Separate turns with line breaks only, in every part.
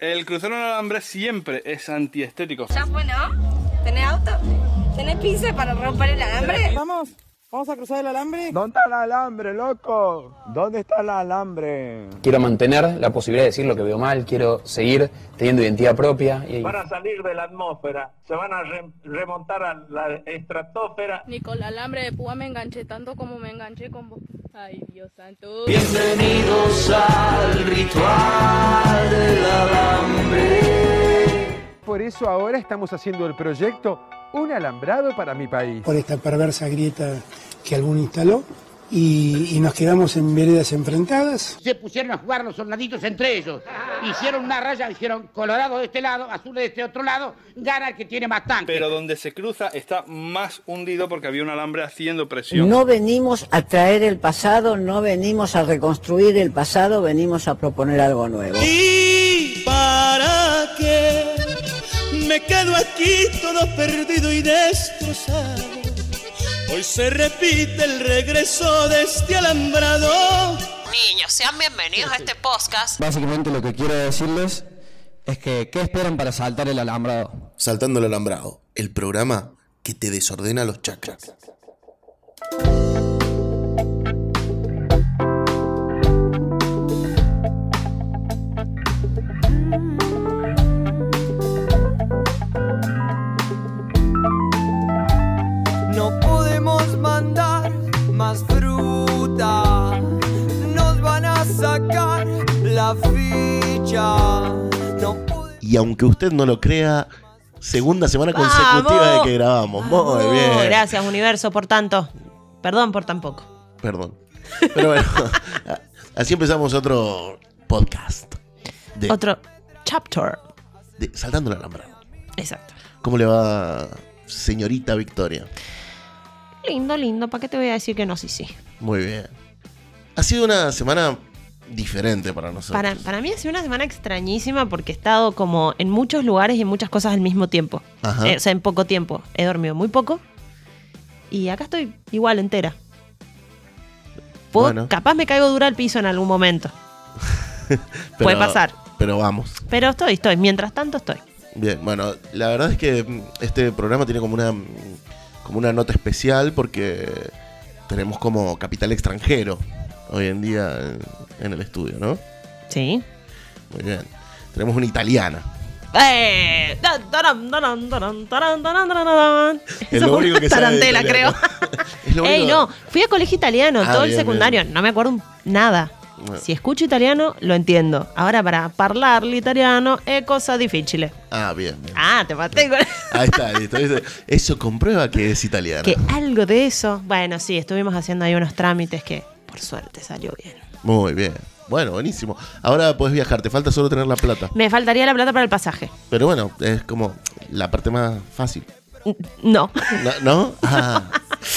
El crucero en alambre siempre es antiestético.
Ya fue, ¿no? ¿Tenés auto? ¿Tenés pinza para romper el alambre?
Vamos, vamos a cruzar el alambre.
¿Dónde está el alambre, loco? ¿Dónde está el alambre?
Quiero mantener la posibilidad de decir lo que veo mal, quiero seguir teniendo identidad propia. Y...
Van a salir de la atmósfera, se van a re- remontar a la estratosfera.
Ni con el alambre de púa me enganché tanto como me enganché con vos. Ay, Dios santo.
Bienvenidos al ritual del alambre.
Por eso ahora estamos haciendo el proyecto Un alambrado para mi país.
Por esta perversa grieta que algún instaló. Y, y nos quedamos en veredas enfrentadas.
Se pusieron a jugar los soldaditos entre ellos. Hicieron una raya, dijeron colorado de este lado, azul de este otro lado, gana el que tiene más tanques.
Pero donde se cruza está más hundido porque había un alambre haciendo presión.
No venimos a traer el pasado, no venimos a reconstruir el pasado, venimos a proponer algo nuevo.
¿Y para qué me quedo aquí todo perdido y destrozado? Hoy se repite el regreso de este alambrado.
Niños, sean bienvenidos a este podcast.
Básicamente lo que quiero decirles es que, ¿qué esperan para saltar el alambrado?
Saltando el alambrado, el programa que te desordena los chakras.
No podemos mandar más fruta. Nos van a sacar la ficha. No podemos...
Y aunque usted no lo crea, segunda semana
Ah,
consecutiva
Vamos.
de que grabamos. Muy
Oh,
bien.
Gracias, universo, por tanto. Perdón por tan poco.
Perdón. Pero bueno, así empezamos otro podcast. De,
Otro chapter.
de Saltando el alambrado.
Exacto.
¿Cómo le va, señorita Victoria?
Lindo, lindo. ¿Para qué te voy a decir que no? Sí, sí.
Muy bien. Ha sido una semana diferente para nosotros.
Para, para mí ha sido una semana extrañísima porque he estado como en muchos lugares y en muchas cosas al mismo tiempo.
Ajá.
Eh, o sea, en poco tiempo. He dormido muy poco. Y acá estoy igual, entera. Puedo-
Bueno.
Capaz me caigo dura al piso en algún momento. puede pasar.
Pero vamos.
Pero estoy, estoy. Mientras tanto, estoy.
Bien, bueno, la verdad es que mm, este programa tiene como una mm, como una nota especial porque tenemos como capital extranjero hoy en día en, en el estudio, ¿no?
Sí.
Muy bien. Tenemos una italiana.
¡Eh! Tan, taran, taran, taran, taran, taran, taran, taran.
Es
Eso
lo
fue
único
una
que sabe de
tarantela, creo.
italiano. Es lo
Ey,
único-
no, fui a colegio italiano
Ah,
todo el
bien,
secundario, no me acuerdo un- nada.
Bueno.
Si escucho italiano, lo entiendo. Ahora, para hablar italiano es cosa difícil.
Ah, bien, bien.
Ah, te maté con
Ahí está, listo. Eso- Eso comprueba que es italiana.
Que algo de eso. Bueno, sí, estuvimos haciendo ahí unos trámites que, por suerte, salió bien.
Muy bien. Bueno, buenísimo. Ahora puedes viajar, te falta solo tener la plata.
Me faltaría la plata para el pasaje.
Pero bueno, es como la parte más fácil.
N- Mm, No.
¿No? ¿No? Ah,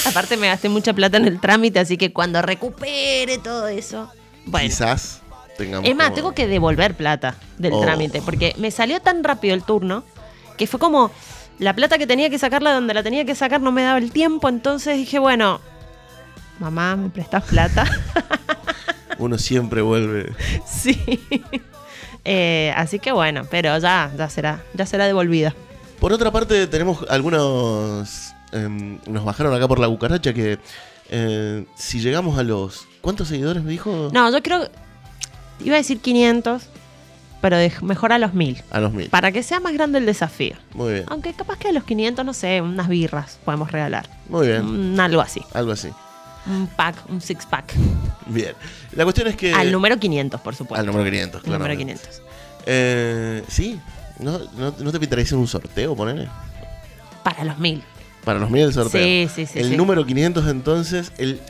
Aparte, me gasté mucha plata en el trámite, así que cuando recupere todo eso. Bueno.
Quizás tengamos.
Es más,
como-
tengo que devolver plata del
Oh.
trámite, porque me salió tan rápido el turno que fue como la plata que tenía que sacarla donde la tenía que sacar no me daba el tiempo, entonces dije, bueno, mamá, ¿me prestas plata?
Uno siempre vuelve.
sí. Eh, así que bueno, pero ya, ya será, ya será devolvida.
Por otra parte, tenemos algunos. em, nos bajaron acá por la cucaracha que. eh, si llegamos a los. ¿Cuántos seguidores me dijo?
No, yo creo, iba a decir 500, pero dej- mejor a los 1000,
A los mil.
para que sea más grande el desafío.
Muy bien.
Aunque capaz que a los 500, no sé, unas birras podemos regalar.
Muy bien.
Mm, algo así.
Algo así.
Un pack, un six pack.
Bien. La cuestión es que.
al número 500, por supuesto.
Al número 500,
Al
claro.
número 500.
Eh, sí. ¿No, no, no te pintaría hacer un sorteo, ponele?
Para los 1000.
Para los mil el sorteo.
Sí, sí, sí,
El
sí.
número 500, entonces, el,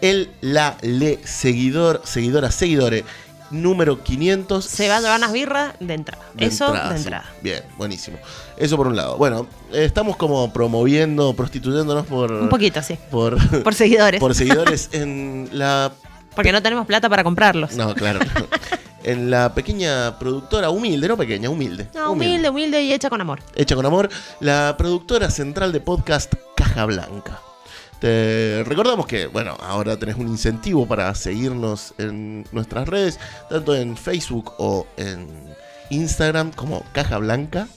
el, la, le, seguidor, seguidora, seguidores. Número 500.
Se va a llevar unas birras de entrada.
De
Eso de
sí.
entrada.
Bien, buenísimo. Eso por un lado. Bueno, eh, estamos como promoviendo, prostituyéndonos por.
Un poquito, sí.
Por,
Por seguidores.
por seguidores en la.
Porque no tenemos plata para comprarlos.
No, claro. no. en la pequeña productora, humilde, no pequeña, humilde.
No, humilde, humilde y hecha con amor.
Hecha con amor, la productora central de podcast Caja Blanca. Te recordamos que, bueno, ahora tenés un incentivo para seguirnos en nuestras redes, tanto en Facebook o en Instagram,
Instagram como Caja Blanca.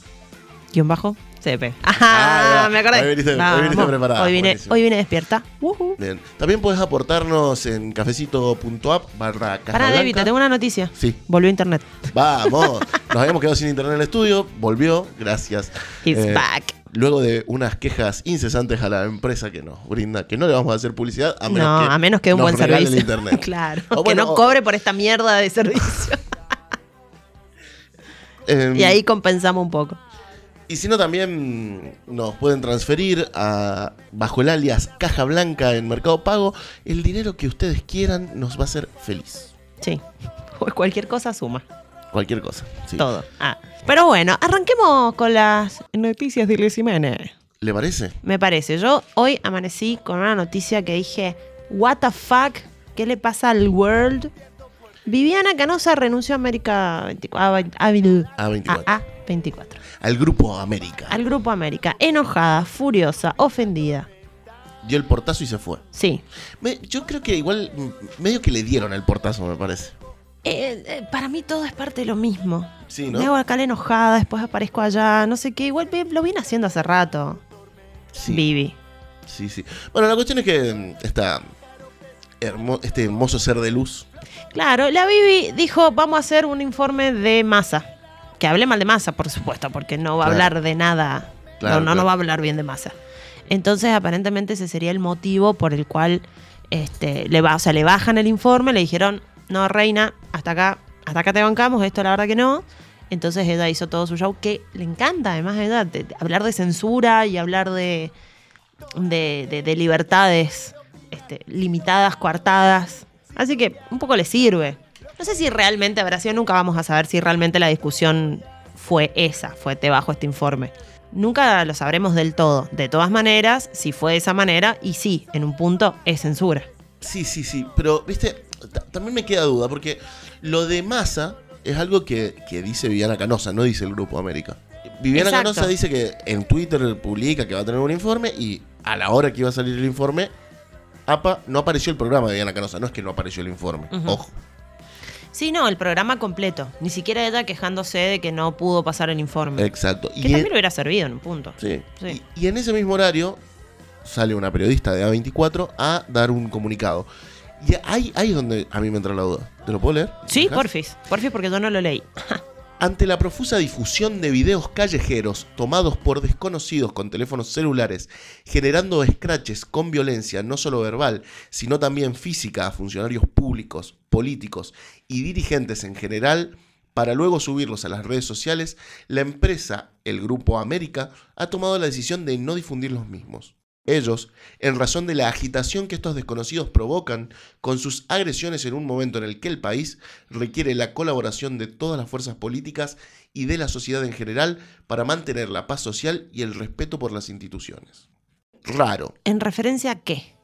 ¿Guión bajo? CP. Ajá,
Ah, ya.
me acordé.
Hoy viniste- hoy viniste
Vamos.
preparada,
Hoy vine,
buenísimo.
hoy vine despierta. Ujú.
Bien. También puedes aportarnos en cafecito.app barra Caja
Para,
Blanca.
David, te tengo una noticia.
Sí.
Volvió internet.
Vamos, nos habíamos quedado sin internet en el estudio, volvió, gracias.
He's back.
Luego de unas quejas incesantes a la empresa que nos brinda, que no le vamos a hacer publicidad, a
No,
menos que
a menos que un
nos
buen
regale
servicio.
el internet.
claro.
O
que
bueno,
no
o-
cobre por esta mierda de servicio.
Em,
y ahí compensamos un poco.
Y si no, también nos pueden transferir a, bajo el alias Caja Blanca en Mercado Pago el dinero que ustedes quieran, nos va a hacer feliz.
Sí. Pues cualquier cosa suma.
Cualquier cosa. sí.
Todo. Ah. Pero bueno, arranquemos con las noticias de Iles Jiménez.
¿Le parece?
Me parece. Yo hoy amanecí con una noticia que dije, what the fuck, ¿qué le pasa al world? Viviana Canosa renunció a América 24, a,
A24.
24
Al Grupo América.
al Grupo América. Enojada, furiosa, ofendida.
Dio el portazo y se fue.
Sí.
Me- yo creo que igual, mm, medio que le dieron el portazo, me parece.
Eh, eh, para mí todo es parte de lo mismo.
Sí, ¿no?
Me hago acá la enojada, después aparezco allá, no sé qué. Igual vi- lo viene haciendo hace rato. Vivi.
Sí, sí. Bueno, la cuestión es que mm, está hermo- este hermoso ser de luz.
Claro, la Bibi dijo, vamos a hacer un informe de masa. Que hable mal de masa, por supuesto, porque no va a
Claro.
hablar de nada.
Claro,
no, no, no
claro.
va a hablar bien de masa. Entonces, aparentemente ese sería el motivo por el cual este, le, ba- o sea, le bajan el informe, le dijeron, no, reina, hasta acá, hasta acá te bancamos, esto la verdad que no. Entonces ella hizo todo su show, que le encanta, además ella, de- de hablar de censura y hablar de, de, de- de libertades este, limitadas, coartadas. Así que un poco le sirve. No sé si realmente habrá sido, nunca vamos a saber si realmente la discusión fue esa, fue te bajo este informe. Nunca lo sabremos del todo. De todas maneras, si fue de esa manera, y sí, en un punto es censura.
Sí, sí, sí. Pero, viste, ta- también me queda duda, porque lo de masa es algo que, que dice Viviana Canosa, no dice el Grupo América. Viviana
Exacto.
Canosa dice que en Twitter publica que va a tener un informe y a la hora que iba a salir el informe, APA no apareció el programa de Viviana Canosa. No es que no apareció el informe.
Ujú.
Ojo.
Sí, no, el programa completo. Ni siquiera ella quejándose de que no pudo pasar el informe.
Exacto.
que también le hubiera servido en un punto.
Sí.
Sí.
Y, y en ese mismo horario sale una periodista de A24 a dar un comunicado. Y ahí, ahí es donde a mí me entra la duda. ¿Te lo puedo leer?
Sí,
¿Me dejas?
porfis. Porfis porque yo no lo leí.
Ante la profusa difusión de videos callejeros tomados por desconocidos con teléfonos celulares, generando escraches con violencia no solo verbal, sino también física a funcionarios públicos, políticos y dirigentes en general, para luego subirlos a las redes sociales, la empresa, el Grupo América, ha tomado la decisión de no difundir los mismos. Ellos, en razón de la agitación que estos desconocidos provocan con sus agresiones en un momento en el que el país requiere la colaboración de todas las fuerzas políticas y de la sociedad en general para mantener la paz social y el respeto por las instituciones. Raro.
¿En referencia a qué?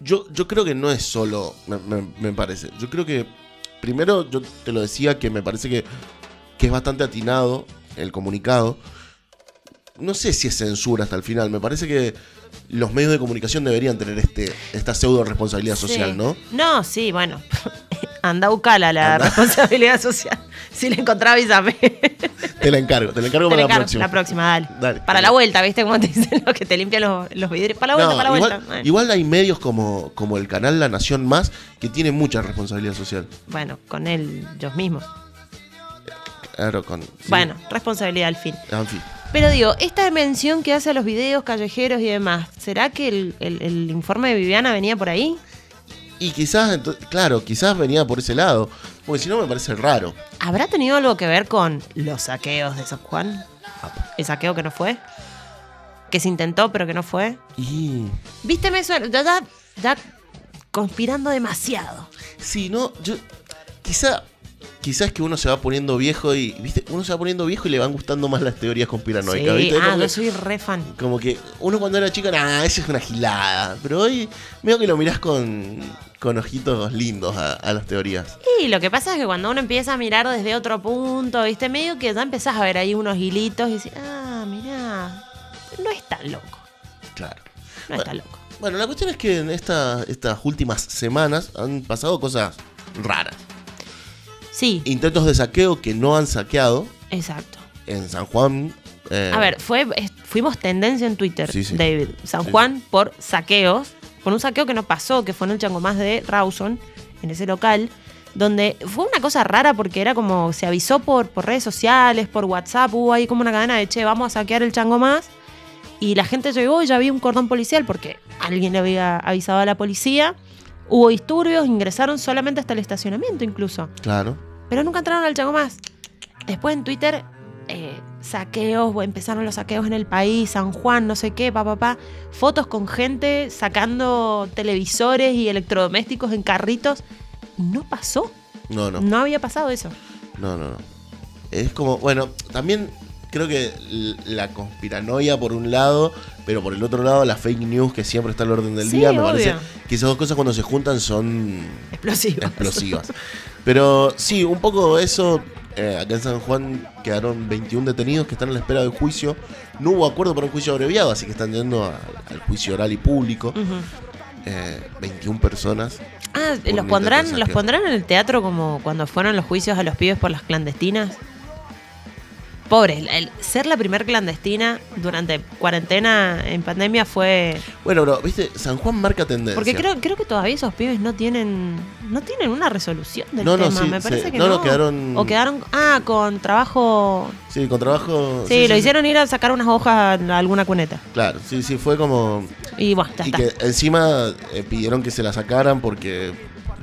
Yo, yo creo que no es solo, me, me- me parece. Yo creo que, primero, yo te lo decía que me parece que, que es bastante atinado el comunicado. No sé si es censura hasta el final. Me parece que los medios de comunicación deberían tener este, esta pseudo responsabilidad social,
Sí.
¿no?
No, sí, bueno. Anda bucala la responsabilidad social. Si la encontrás, avísame.
Te la encargo, te la encargo
Te la
para la,
encargo,
próxima.
la próxima, dale.
Dale.
Para la vuelta, ¿viste? Como te dicen los que te limpian los, los vidrios. Para la vuelta,
No,
para la
igual,
vuelta. Bueno.
igual hay medios como, como el canal La Nación Más que tiene mucha responsabilidad social.
Bueno, con él, ellos mismos.
Claro, con. sí,
Bueno, responsabilidad al fin.
En fin.
Pero digo, esta mención que hace a los videos callejeros y demás, ¿será que el, el- el informe de Viviana venía por ahí?
Y quizás, ento- claro, quizás venía por ese lado. Porque si no me parece raro.
¿Habrá tenido algo que ver con los saqueos de San Juan? ¿El saqueo que no fue? ¿Que se intentó pero que no fue?
Y.
¿Viste? Me suena. Ya, ya, ya conspirando demasiado.
Si no, yo. Quizá. Quizás que uno se va poniendo viejo y. ¿Viste? Uno se va poniendo viejo y le van gustando más las teorías
Sí,
conspiranoicas. ¿viste?
ah,
Como
yo
que-
soy re fan.
Como que uno cuando era chico, ah, eso es una gilada. Pero hoy veo que lo mirás con, con ojitos lindos a, a las teorías.
Y lo que pasa es que cuando uno empieza a mirar desde otro punto, ¿viste? Medio que ya empezás a ver ahí unos hilitos y decís, ah, mirá, no es tan loco,
Claro.
no es tan loco.
Bueno, la cuestión es que en esta- estas últimas semanas han pasado cosas raras.
Sí.
Intentos de saqueo que no han saqueado.
Exacto.
En San Juan. eh,
A ver, fue, es- fuimos tendencia en Twitter,
Sí, sí.
David. San
Sí,
Juan por saqueos, por un saqueo que no pasó, que fue en el chango más de Rawson, en ese local, donde fue una cosa rara porque era como, se avisó por, por redes sociales, por WhatsApp, hubo ahí como una cadena de, che, vamos a saquear el chango más. Y la gente llegó y ya había un cordón policial porque alguien le había avisado a la policía. Hubo disturbios, ingresaron solamente hasta el estacionamiento incluso
Claro.
pero nunca entraron al Chango más. Después en Twitter, eh, saqueos, empezaron los saqueos en el país, San Juan, no sé qué, pa, pa, pa. Fotos con gente sacando televisores y electrodomésticos en carritos. No pasó.
No, no.
No, había pasado eso.
No, no, no. Es como, bueno, también creo que l- la conspiranoia por un lado, pero por el otro lado la fake news que siempre está al orden del
Sí,
día, me
obvio.
parece que esas dos cosas cuando se juntan son
Explosivas.
explosivas. Pero sí, un poco eso, eh, acá en San Juan quedaron 21 detenidos que están a la espera del juicio. No hubo acuerdo para un juicio abreviado, así que están yendo a- al juicio oral y público.
Ujú.
Eh, 21 personas.
Ah,
Por
¿los
un
pondrán,
intento de
¿los
saqueo.
pondrán en el teatro como cuando fueron los juicios a los pibes por las clandestinas? Pobres, el- el ser la primer clandestina durante cuarentena en pandemia fue...
Bueno, bro, viste, San Juan marca tendencia.
Porque creo, creo que todavía esos pibes no tienen no tienen una resolución del
No, no,
tema.
sí,
Me parece
sí.
que
No,
no.
no, quedaron-
O quedaron. Ah, con trabajo.
Sí, con trabajo.
Sí, lo hicieron ir a sacar unas hojas a alguna cuneta.
Claro, sí, sí, fue como.
Y bueno, ya
Y
está.
que encima eh, pidieron que se la sacaran porque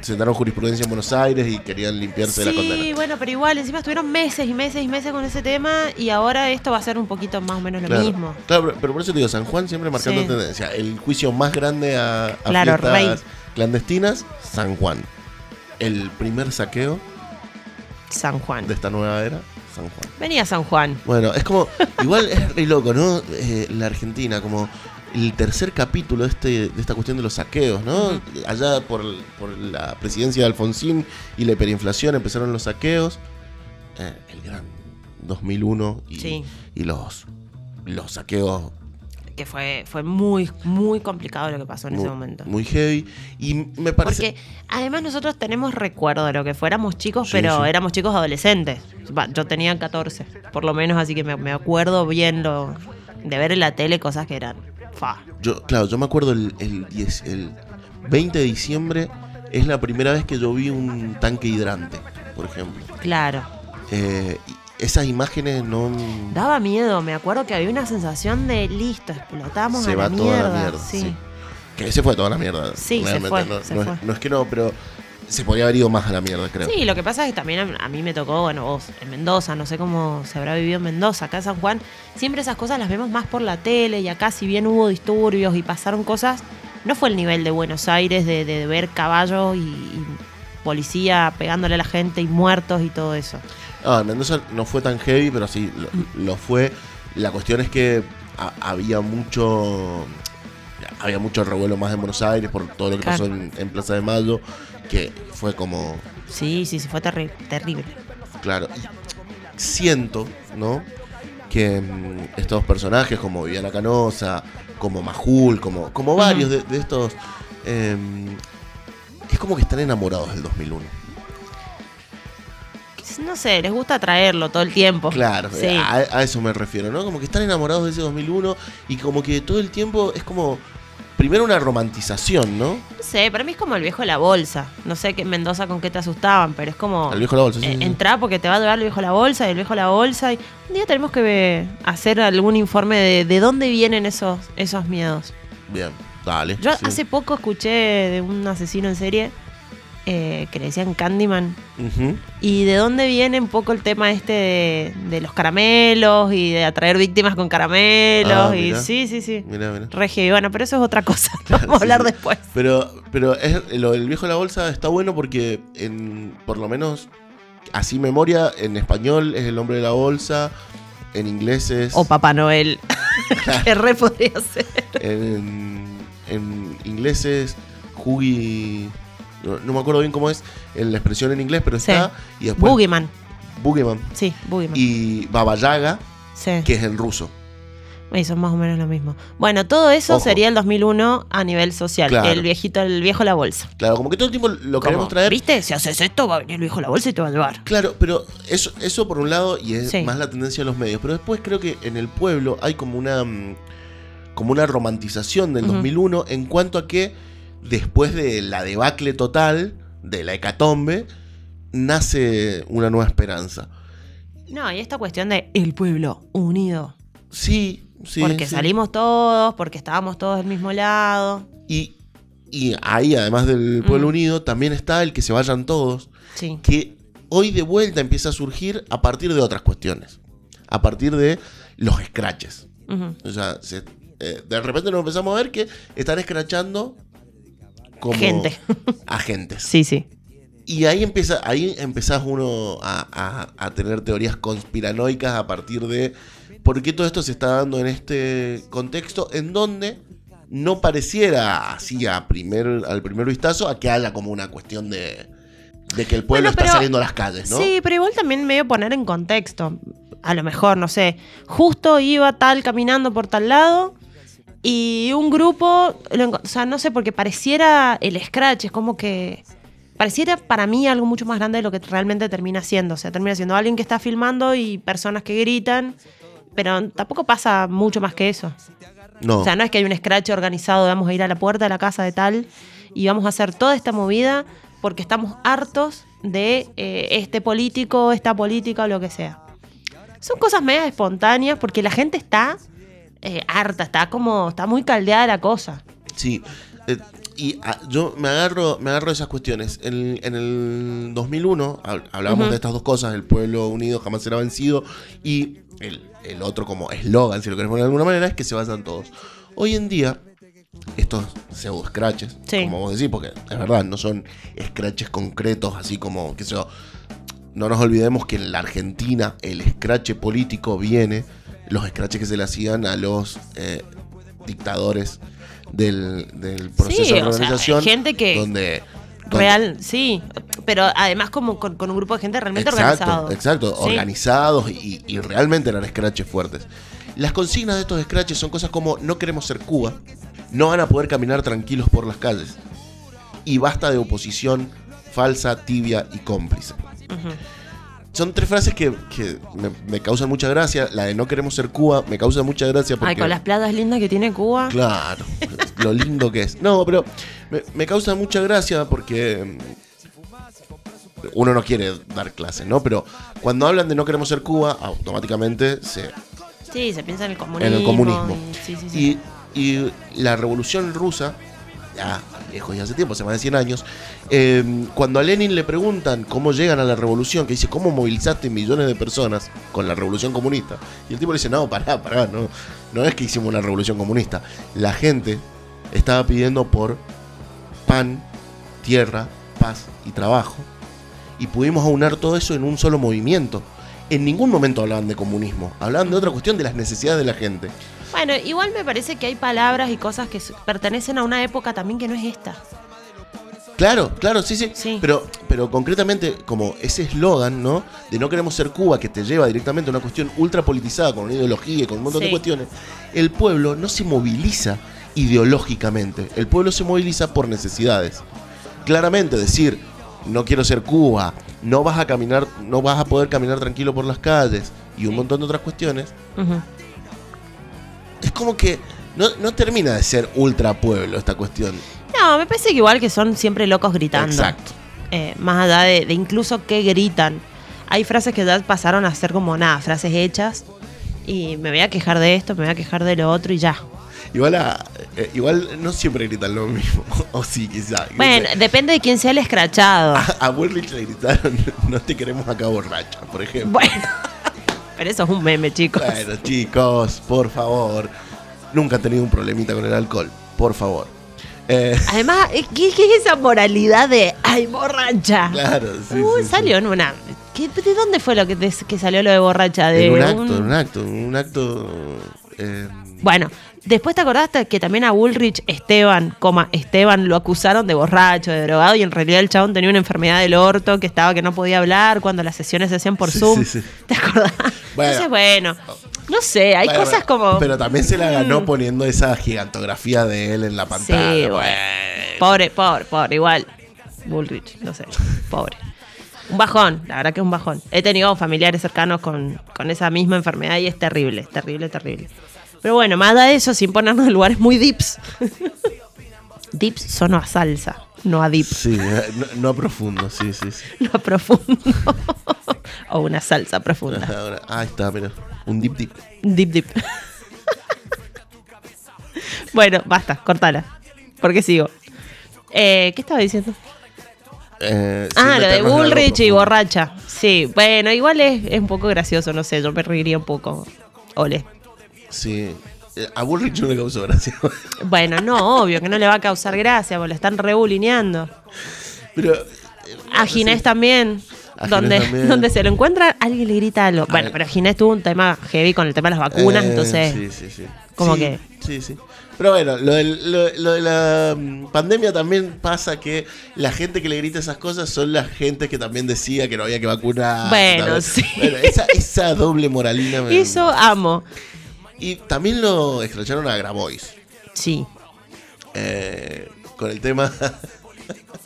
sentaron jurisprudencia en Buenos Aires y querían limpiarse de la
Sí,
condena.
bueno, pero igual, encima estuvieron meses y meses y meses con ese tema y ahora esto va a ser un poquito más o menos lo
Claro,
mismo.
claro, pero- pero por eso te digo, San Juan siempre marcando
Sí.
tendencia. El juicio más grande a, a
Claro,
fiestas
rey.
clandestinas, San Juan. El primer saqueo
San Juan.
de esta nueva era, San Juan.
Venía San Juan.
Bueno, es como, igual es re loco, ¿no? Eh, la Argentina, como el tercer capítulo de, este, de esta cuestión de los saqueos, ¿no?
Ujú.
Allá por, el- por la presidencia de Alfonsín y la hiperinflación empezaron los saqueos. Eh, el gran 2001 y,
Sí.
y los, los saqueos
Que fue, fue muy, muy complicado lo que pasó en
muy,
ese momento.
muy heavy. Y me parece...
Porque además nosotros tenemos recuerdo de lo que fuéramos chicos,
Sí,
pero
sí.
éramos chicos adolescentes. Va, Yo tenía 14, por lo menos, así que me, me acuerdo bien lo- de ver en la tele cosas que eran. Fa.
Yo, claro, yo me acuerdo el, el, 10 el 20 de diciembre es la primera vez que yo vi un tanque hidrante, por ejemplo.
Claro.
Eh, y esas imágenes no.
Daba miedo, me acuerdo que había una sensación de listo, explotamos
Se
a
va
la
toda
mierda.
la mierda,
sí.
sí. Que se fue toda la mierda.
Sí, se
realmente.
fue,
no,
se
no
fue.
Es, no es que no, pero se podía haber ido más a la mierda, creo.
Sí, lo que pasa es que también a a mí me tocó, bueno, vos, en Mendoza, no sé cómo se habrá vivido en Mendoza, acá en San Juan, siempre esas cosas las vemos más por la tele y acá si bien hubo disturbios y pasaron cosas, no fue el nivel de Buenos Aires de, de ver caballos y, y policía pegándole a la gente y muertos y todo eso.
Ah, Mendoza no fue tan heavy, pero sí, lo, lo fue. La cuestión es que ha- había mucho. Había mucho revuelo más en Buenos Aires por todo lo que
Claro.
pasó en, en Plaza de Mayo, que fue como.
Sí, sí, sí, fue terri- terrible.
Claro. Y siento, ¿no? Que mm, estos personajes como Viviana Canosa, como Majul, como, como varios de, de estos. eh, es como que están enamorados del 2001.
No sé, les gusta traerlo todo el tiempo.
Claro,
Sí.
a, a eso me refiero, ¿no? Como que están enamorados de ese 2001 y como que todo el tiempo es como. Primero una romantización, ¿no?
No sé, para mí es como el viejo de la bolsa. No sé qué en Mendoza con qué te asustaban, pero es como.
Al viejo de la bolsa, sí,
eh,
sí, sí.
Entrá porque te va a llevar el viejo de la bolsa y el viejo de la bolsa. Y un día tenemos que eh, hacer algún informe de, de dónde vienen esos, esos miedos.
Bien, dale.
Yo
sí.
hace poco escuché de un asesino en serie eh, que le decían Candyman.
Ujú.
¿Y de dónde viene un poco el tema este de, de los caramelos y de atraer víctimas con caramelos?
Ah,
y
mirá.
sí, sí, sí.
Mirá, mirá.
Regio, bueno, pero eso es otra cosa. Vamos a hablar después.
Pero, pero es, lo del viejo de la bolsa está bueno porque, en, por lo menos, así memoria, en español es el hombre de la bolsa, en inglés es.
O Papá Noel. que re podría ser.
En, en inglés es Huggy. No, no me acuerdo bien cómo es en la expresión en inglés, pero está. Y después.
Boogeyman.
Boogeyman.
Sí, Boogeyman.
Y Baba Yaga,
Sí.
que es en ruso.
Eso es más o menos lo mismo. Bueno, todo eso
Ojo.
sería el 2001 a nivel social.
Claro.
El viejito, el viejo la bolsa.
Claro, como que todo el tiempo lo
Como,
queremos traer.
¿Viste? Si haces esto, va a venir el viejo la bolsa y te va a llevar.
Claro, pero eso, eso por un lado, y es
Sí.
más la tendencia de los medios. Pero después creo que en el pueblo hay como una, mm, como una romantización del
Ujú.
2001 en cuanto a que después de la debacle total, de la hecatombe, nace una nueva esperanza.
No, Ah, y esta cuestión de el pueblo unido.
Sí, sí,
Porque
sí.
salimos todos, porque estábamos todos del mismo lado.
Y, y ahí, además del pueblo
Mm.
unido, también está el que se vayan todos.
Sí.
que hoy de vuelta empieza a surgir a partir de otras cuestiones. A partir de los scratches.
Ujú.
O sea, se- eh, de repente nos empezamos a ver que están escrachando como
Gente.
agentes.
Sí, sí.
Y ahí empieza, ahí empezás uno a, a- a tener teorías conspiranoicas a partir de por qué todo esto se está dando en este contexto en donde no pareciera así a primer, al primer vistazo a que haya como una cuestión de, de que el pueblo
Bueno,
está
pero-
saliendo a las calles, ¿no?
Sí, pero igual también medio poner en contexto. A lo mejor, no sé, justo iba tal caminando por tal lado y un grupo, lo enco- o sea, no sé, porque pareciera el scratch, es como que... Pareciera para mí algo mucho más grande de lo que realmente termina siendo. O sea, termina siendo alguien que está filmando y personas que gritan, pero tampoco pasa mucho más que eso.
No.
O sea, no es que hay un scratch organizado, vamos a ir a la puerta de la casa de tal y vamos a hacer toda esta movida porque estamos hartos de eh, este político, esta política o lo que sea. Son cosas medias espontáneas porque la gente está eh, harta, está como, está muy caldeada la cosa.
Sí. eh, y ah, yo me agarro, me agarro de esas cuestiones. En, en el 2001 hab- hablábamos
Ujú.
de estas dos cosas, el pueblo unido jamás será vencido y el, el otro como eslogan, si lo querés poner de alguna manera, es que se vayan todos. Hoy en día, estos pseudo scratches,
Sí.
como vos decís, porque es verdad, no son scratches concretos, así como, qué sé yo, no nos olvidemos que en la Argentina el escrache político viene, los escraches que se le hacían a los eh, dictadores del, del proceso
Sí,
de
o sea,
organización.
gente que-
Donde, donde-
Real, sí, pero además como con, con un grupo de gente realmente
exacto,
organizado.
exacto,
Sí.
organizados y, y realmente eran escraches fuertes. Las consignas de estos escraches son cosas como no queremos ser Cuba, no van a poder caminar tranquilos por las calles y basta de oposición falsa, tibia y cómplice.
Ujú.
Son tres frases que, que me, me causan mucha gracia. La de no queremos ser Cuba me causa mucha gracia porque...
Ay, con las playas lindas que tiene Cuba.
Claro, lo lindo que es. No, pero me, me causa mucha gracia porque mm, uno no quiere dar clases, ¿no? Pero cuando hablan de no queremos ser Cuba, automáticamente se
Sí, se piensa en el comunismo.
en el comunismo.
y- sí, sí, sí.
Y, y la revolución rusa, ya lejos ya hace tiempo, hace más de 100 años, eh, cuando a Lenin le preguntan cómo llegan a la revolución, que dice, ¿cómo movilizaste millones de personas con la revolución comunista? Y el tipo le dice, no, pará, pará, no, no es que hicimos una revolución comunista. La gente estaba pidiendo por pan, tierra, paz y trabajo. Y pudimos aunar todo eso en un solo movimiento. En ningún momento hablaban de comunismo, hablaban de otra cuestión, de las necesidades de la gente.
Bueno, igual me parece que hay palabras y cosas que s- pertenecen a una época también que no es esta.
Claro, claro, sí, sí. Pero, pero concretamente, como ese eslogan, ¿no? De no queremos ser Cuba, que te lleva directamente a una cuestión ultra politizada, con una ideología y con un montón de
Sí.
cuestiones, el pueblo no se moviliza ideológicamente. El pueblo se moviliza por necesidades. Claramente decir, no quiero ser Cuba, no vas a caminar, no vas a poder caminar tranquilo por las calles y un montón de otras cuestiones, es como que no, no termina de ser ultra pueblo esta cuestión.
No, me parece que igual que son siempre locos gritando.
Exacto.
Eh, más allá de, de incluso que gritan. Hay frases que ya pasaron a ser como nada, frases hechas. Y me voy a quejar de esto, me voy a quejar de lo otro y ya.
Igual, a- eh, igual no siempre gritan lo mismo. o sí, quizá. no
Bueno,
sé.
depende de quién sea el escrachado.
a Bullrich le gritaron, no te queremos acá borracha, por ejemplo.
Bueno, pero eso es un meme, chicos.
Bueno, chicos, por favor. Nunca han tenido un problemita con el alcohol, por favor. Eh,
Además, eh, ¿qué, qué es esa moralidad de ay, borracha?
Claro, sí,
Uh,
sí,
salió en una. ¿qué- ¿De dónde fue lo que, des- que salió lo de borracha? De
en un
un-
acto, en un acto, en un acto. eh,
Bueno, después te acordaste que también a Bullrich Esteban, coma, Esteban lo acusaron de borracho, de drogado, y en realidad el chabón tenía una enfermedad del orto que estaba que no podía hablar cuando las sesiones se hacían por
Sí,
Zoom.
sí, sí.
Entonces, bueno, No sé, hay
Bueno,
cosas como.
Pero también se la ganó
Mm.
poniendo esa gigantografía de él en la pantalla.
Sí,
bueno.
bueno. Pobre, pobre, pobre, igual. Bullrich, no sé, pobre. Un bajón, la verdad que es un bajón. He tenido familiares cercanos con, con esa misma enfermedad y es terrible, es terrible, terrible. Pero bueno, más allá de eso, sin ponernos en lugares muy dips. dips sonó a salsa, no a dip,
Sí, eh, no, no profundo, sí, sí. sí.
no a profundo. o una salsa profunda.
Ahora- ah, ahí está, mira. Un dip dip.
Dip, dip. bueno, basta, cortala. Porque sigo. Eh, ¿Qué estaba diciendo?
Eh,
Ah, lo
sin
de
meternos en algo
Bullrich y
profundo.
borracha. Sí, bueno, igual es, es un poco gracioso, no sé, yo me reiría un poco. Ole.
Sí. Eh, A Bullrich no le causó gracia.
Bueno, no, obvio que no le va a causar gracia, porque lo están rebulineando.
Pero eh,
A Ginés también.
A
donde,
Ginés también.
donde se lo encuentra, alguien le grita algo. Bueno,
Ay.
pero Ginés tuvo un tema heavy con el tema de las vacunas,
Eh,
entonces.
Sí, sí, sí.
como
Sí,
que-
Sí, sí. Pero bueno, lo, del- lo- lo de la mm, pandemia también pasa que la gente que le grita esas cosas son las gentes que también decía que no había que vacunar.
Bueno,
¿sabes?
sí.
Bueno, esa, esa doble moralina. me-
Eso amo.
Y también lo escracharon a Grabois.
Sí.
Eh, con el tema.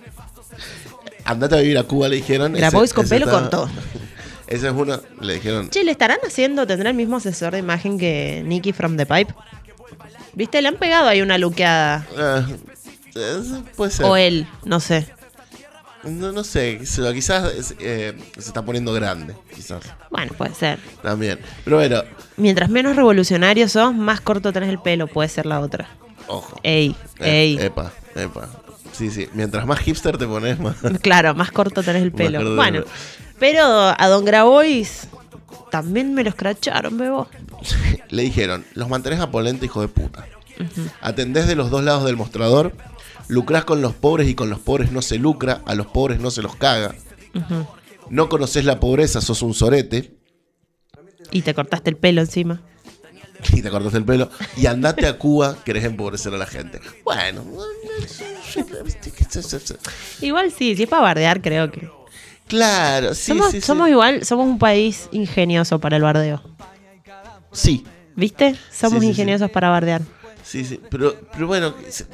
Andate a vivir a Cuba, le dijeron. Ese-
Grabois con
ese
pelo
está-
corto.
Ese es uno, le dijeron.
Che, ¿le estarán haciendo, tendrá el mismo asesor de imagen que Nicky from the Pipe? ¿Viste? Le han pegado ahí una luqueada.
"Ah, eh, puede ser.
O él, no sé.
No, no sé, qué sé yo, quizás es, eh, se está poniendo grande, quizás.
Bueno, puede ser.
También. Pero bueno,
Mientras menos revolucionario sos, más corto tenés el pelo, puede ser la otra.
ojo.
Ey,
Eh,
ey.
Epa, epa. Sí, sí. Mientras más hipster te pones, más.
Claro, más corto tenés el pelo.
corto
bueno,
tenés
pero a Don Grabois también me lo escracharon, bebo.
Le dijeron, los mantenés a polenta, hijo de puta.
Ujú.
Atendés de los dos lados del mostrador. Lucrás con los pobres y con los pobres no se lucra. A los pobres no se los caga.
Ujú.
No conoces la pobreza, sos un sorete.
Y te cortaste el pelo encima.
Y te cortaste el pelo. Y andate a Cuba, querés empobrecer a la gente. Bueno.
Igual sí, si es para bardear, creo que.
Claro, sí,
somos,
sí, sí.
somos igual, somos un país ingenioso para el bardeo.
Sí.
¿Viste? Somos
Sí, sí, sí.
ingeniosos para bardear.
Sí, sí, pero, pero bueno, se- eh,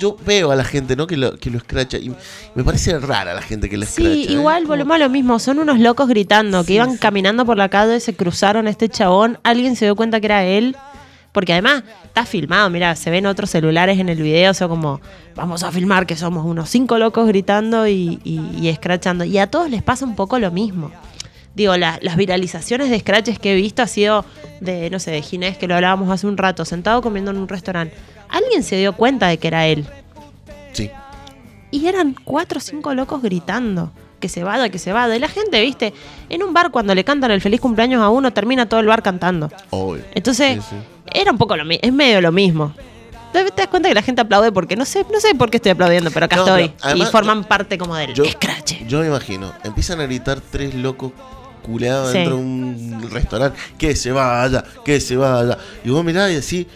yo veo a la gente, ¿no? Que lo, que lo escracha y me parece rara la gente que lo escracha.
Sí,
¿eh?
igual volvemos a lo mismo. Son unos locos gritando que
Sí,
iban
sí.
caminando por la calle, se cruzaron a este chabón. Alguien se dio cuenta que era él. Porque además está filmado, mira, se ven otros celulares en el video, o sea, como vamos a filmar que somos unos cinco locos gritando y, y, y escrachando. Y a todos les pasa un poco lo mismo. Digo, la- las viralizaciones de scratches que he visto ha sido de, no sé, de Ginés, que lo hablábamos hace un rato, sentado comiendo en un restaurante. Alguien se dio cuenta de que era él.
Sí.
Y eran cuatro o cinco locos gritando. Que se vada, que se vada. Y la gente, viste, en un bar cuando le cantan el feliz cumpleaños a uno, termina todo el bar cantando.
Obvio.
Entonces,
Sí, sí.
era un poco lo mismo, es medio lo mismo. Te te das cuenta que la gente aplaude porque no sé, no sé por qué estoy aplaudiendo, pero acá
No,
estoy.
pero además-
y forman parte como del
Yo,
scratch.
yo me imagino, empiezan a gritar tres locos culeados
Sí.
dentro de un restaurante, que se vaya, que se vaya. Y vos mirás y decís,